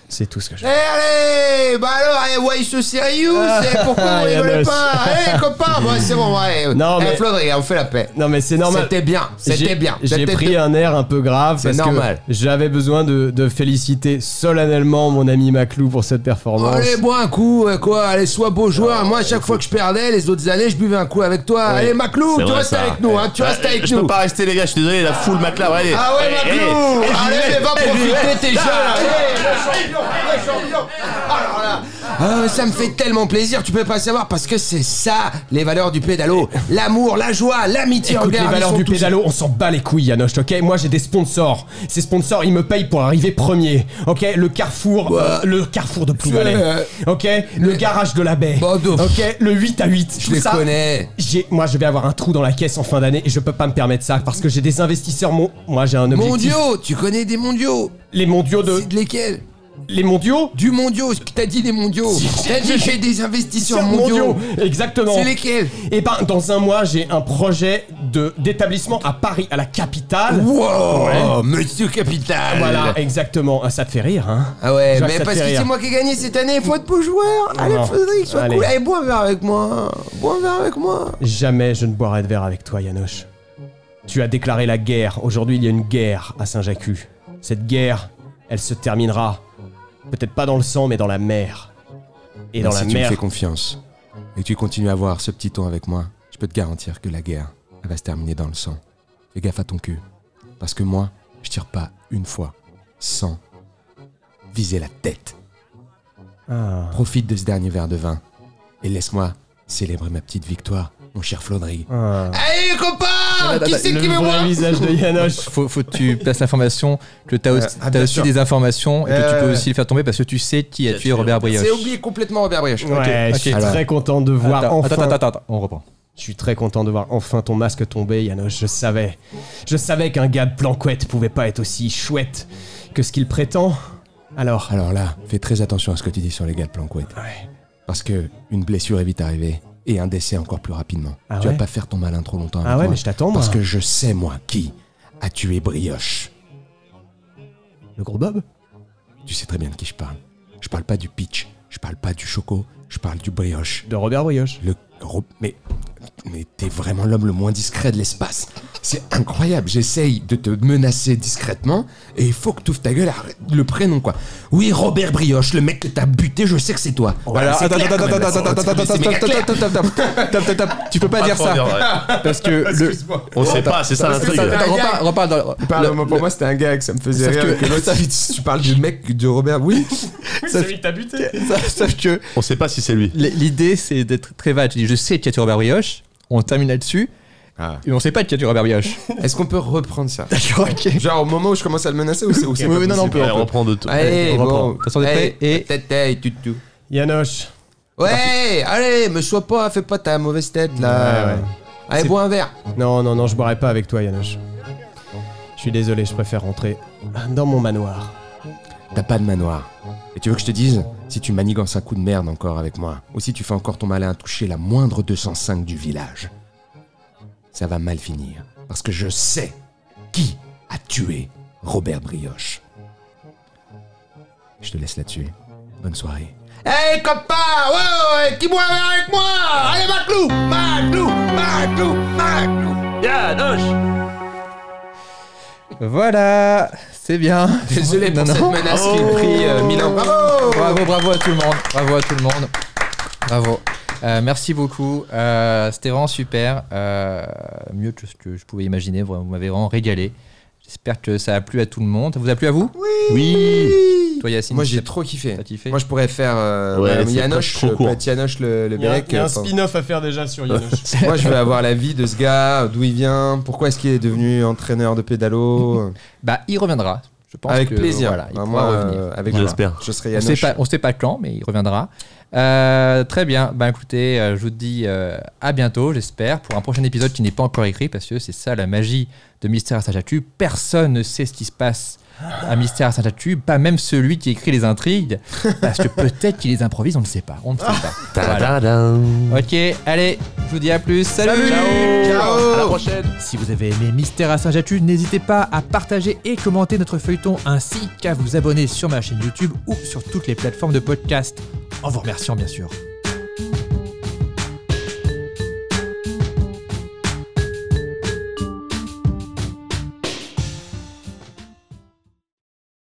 C'est tout ce que je.
Eh, allez Bah alors, eh, why so serious Eh, Pourquoi
Ah,
on rigole
Yannos.
pas Allez, copains Bon, c'est bon, ouais.
Non,
Eh,
mais-
Flo, regarde, on fait la paix.
Non, mais c'est normal.
C'était bien,
J'ai-
c'était bien.
J'ai
C'était-
pris un air un peu grave
C'est
parce
normal.
que j'avais besoin de, de féliciter solennellement mon ami Maclou pour cette performance.
Allez, bois un coup, euh, quoi. Allez, sois beau joueur. Moi, à chaque fois que je perdais, les autres années, je buvais un coup avec toi. Allez, Maclou,
C'est
tu
vrai,
restes
ça.
avec nous, hein.
Bah,
Tu
Euh,
restes avec
je
nous.
peux pas rester, les gars. Je suis désolé. La foule McLaren. Allez.
Ah ouais,
Eh,
Maclou
eh, eh, j'y
Allez,
vais.
va
eh,
profiter, t'es jeune.
Ah,
Allez, le champion, le champion. Alors
eh,
là, euh, ça me fait tellement plaisir, tu peux pas savoir, parce que c'est ça les valeurs du pédalo. L'amour, la joie, l'amitié.
Écoute, les
Regarde, ils
valeurs
sont
du
tous-
pédalo, on s'en bat les couilles, Yanoche, ok Moi, j'ai des sponsors. Ces sponsors, ils me payent pour arriver premier, ok Le carrefour, euh, le carrefour de Plouvalet,
Euh,
ok Le garage de la baie,
Bon, Bah, de-
ok Le 8 à 8,
Je
tout
les
ça.
connais.
J'ai- moi, je vais avoir un trou dans la caisse en fin d'année et je peux pas me permettre ça parce que j'ai des investisseurs. Mon, moi, j'ai un objectif.
Mondiaux, tu connais des mondiaux.
Les mondiaux de.
C'est de lesquels
Les mondiaux
Du mondiaux, ce que t'as dit des mondiaux. T'as dit j'ai des investisseurs
Certes,
mondiaux.
Exactement.
C'est lesquels
Et ben, dans un mois, j'ai un projet de d'établissement à Paris, à la capitale.
Wow,
Ouais.
Monsieur Capital.
Voilà, exactement. Ah, ça te fait rire, hein
Ah ouais,
Jacques,
mais
ça te
parce
fait
que
rire.
c'est moi qui ai gagné cette année, faut être beau joueur. Allez,
Non.
Frédéric, sois
Allez.
cool. Allez, bois un verre avec moi. Bois un verre avec moi.
Jamais je ne boirai de verre avec toi, Yanoche. Tu as déclaré la guerre. Aujourd'hui, il y a une guerre à Saint-Jacques. Cette guerre, elle se terminera. Peut-être pas dans le sang, mais dans la mer. Et dans
Bah, si
la
tu me
mer.
fais confiance et que tu continues à avoir ce petit ton avec moi, je peux te garantir que la guerre, elle va se terminer dans le sang. Fais gaffe à ton cul. Parce que moi, je tire pas une fois sans viser la tête.
Ah.
Profite de ce dernier verre de vin et laisse-moi célébrer ma petite victoire, mon cher Flaudry.
Ah.
Allez, copain Qui c'est
Eh, Le
qui veut
vrai
moi
visage de Yanoche.
Faut, faut que tu places l'information, que t'as aussi,
ah,
t'as
bien
aussi
sûr.
des informations et que
Ouais,
tu
ouais,
peux
ouais.
aussi le faire tomber parce que tu sais qui a
Qui a
tué
tué
Robert Brioche.
J'ai oublié complètement Robert Brioche.
Ouais, je suis
Alors.
très content de
Attends,
voir enfin.
attends, attends, attends, on reprend.
Je suis très content de voir enfin ton masque tomber, Yanoche. Je savais. Je savais qu'un gars de Planquette pouvait pas être aussi chouette que ce qu'il prétend. Alors.
Alors là, fais très attention à ce que tu dis sur les gars de Planquette.
Ouais.
Parce que une blessure est vite arrivée et un décès encore plus rapidement.
Ah
tu
ouais
vas pas faire ton malin trop longtemps.
Ah
avec
ouais,
moi,
mais je t'attends, moi.
Parce que je sais, moi, qui a tué Brioche.
Le gros Bob
Tu sais très bien de qui je parle. Je parle pas du pitch, je parle pas du choco, je parle du brioche.
De Robert Brioche.
Le gros- Mais, mais t'es vraiment l'homme le moins discret de l'espace. C'est incroyable, j'essaye de te menacer discrètement et il faut que t'ouvres ta gueule, arrête le prénom quoi. Oui, Robert Brioche, le mec que t'as buté, je sais que c'est toi. Voilà, Oh, c'est clair, quand même. C'est méga clair.
Tu peux pas dire
trop dire,
ça
ouais.
parce que le.
On sait pas, c'est ça l'intrigue.
Repars, repars dans.
Pardon, moi, pour moi c'était un gag, ça me faisait
Sauf
rire.
que-
Que... l'autre, tu parles du mec de Robert, oui.
Celui que t'as buté
Sauf que
On sait pas si c'est lui.
L- L'idée, c'est d'être très vague. Tu dis, je sais qui a tué Robert Brioche. On termine là-dessus.
Ah.
Et on sait pas qui a tué Robert Brioche.
Est-ce qu'on peut reprendre ça
D'accord, ok.
Genre au moment où je commence à le menacer ou c'est ou c'est
Oui,
pas
oui, non, non, on
possible
peut,
Ouais, on reprend de tout.
Allez,
on reprend.
bon.
T'as sorti
Allez,
prêt et-
tête, tête, tut, tut.
Yanoche.
Ouais, allez, me sois pas, fais pas ta mauvaise tête là.
Ouais, ouais.
Allez,
C'est-
bois un verre.
Non, non, non, je boirai pas avec toi, Yanoche. Je suis désolé, je préfère rentrer dans mon manoir.
T'as pas de manoir. Et tu veux que je te dise, si tu manigances un coup de merde encore avec moi, ou si tu fais encore ton malin à toucher la moindre 205 du village, ça va mal finir. Parce que je sais qui a tué Robert Brioche. Je te laisse là-dessus. Bonne soirée.
Hey, copain Ouais, ouais, qui boit un verre avec moi Allez, Maclou Maclou Maclou Maclou
Voilà, c'est bien.
Désolé pour
Non,
cette
non.
menace qui est pris euh, mille ans.
Ah,
Bravo
Bravo, bravo à tout le monde. Bravo à tout le monde. Bravo. Euh, merci beaucoup. Euh, C'était vraiment super. Euh, mieux que ce que je pouvais imaginer. Vous m'avez vraiment régalé. J'espère que ça a plu à tout le monde. Ça vous a plu à vous
Oui.
Toi, Yacine
Moi
tu
j'ai
t'as-
trop kiffé.
t'as kiffé
Moi je pourrais faire euh,
Ouais,
Madame
c'est
Yanoche,
trop- trop
euh,
court.
Pat Yanoche le, le
Il y a,
mec.
il y a un
euh,
spin-off à faire déjà sur Yanoche.
Moi, je veux avoir la vie de ce gars, d'où il vient, pourquoi est-ce qu'il est devenu entraîneur de pédalo. euh.
Bah, il reviendra. Je pense
avec
que,
plaisir.
Voilà, il
Bah,
pourra
moi,
revenir.
euh, avec joie.
J'espère.
Je serai
On sait,
Yanoche.
pas, on sait pas quand, mais il reviendra. Euh, très bien. Ben écoutez, euh, je vous dis euh, à bientôt, j'espère, pour un prochain épisode qui n'est pas encore écrit, parce que c'est ça la magie de Mystère à Saint-Jatu. Personne ne sait ce qui se passe à Mystère à Saint-Jatu, pas même celui qui écrit les intrigues, parce que peut-être qu'il les improvise, on ne sait pas. On ne sait pas. Voilà. Ok, allez, je vous dis à plus. Salut,
Ciao
si vous avez aimé Mystère à Saint-Jatu, n'hésitez pas à partager et commenter notre feuilleton ainsi qu'à vous abonner sur ma chaîne YouTube ou sur toutes les plateformes de podcast, en vous remerciant bien sûr.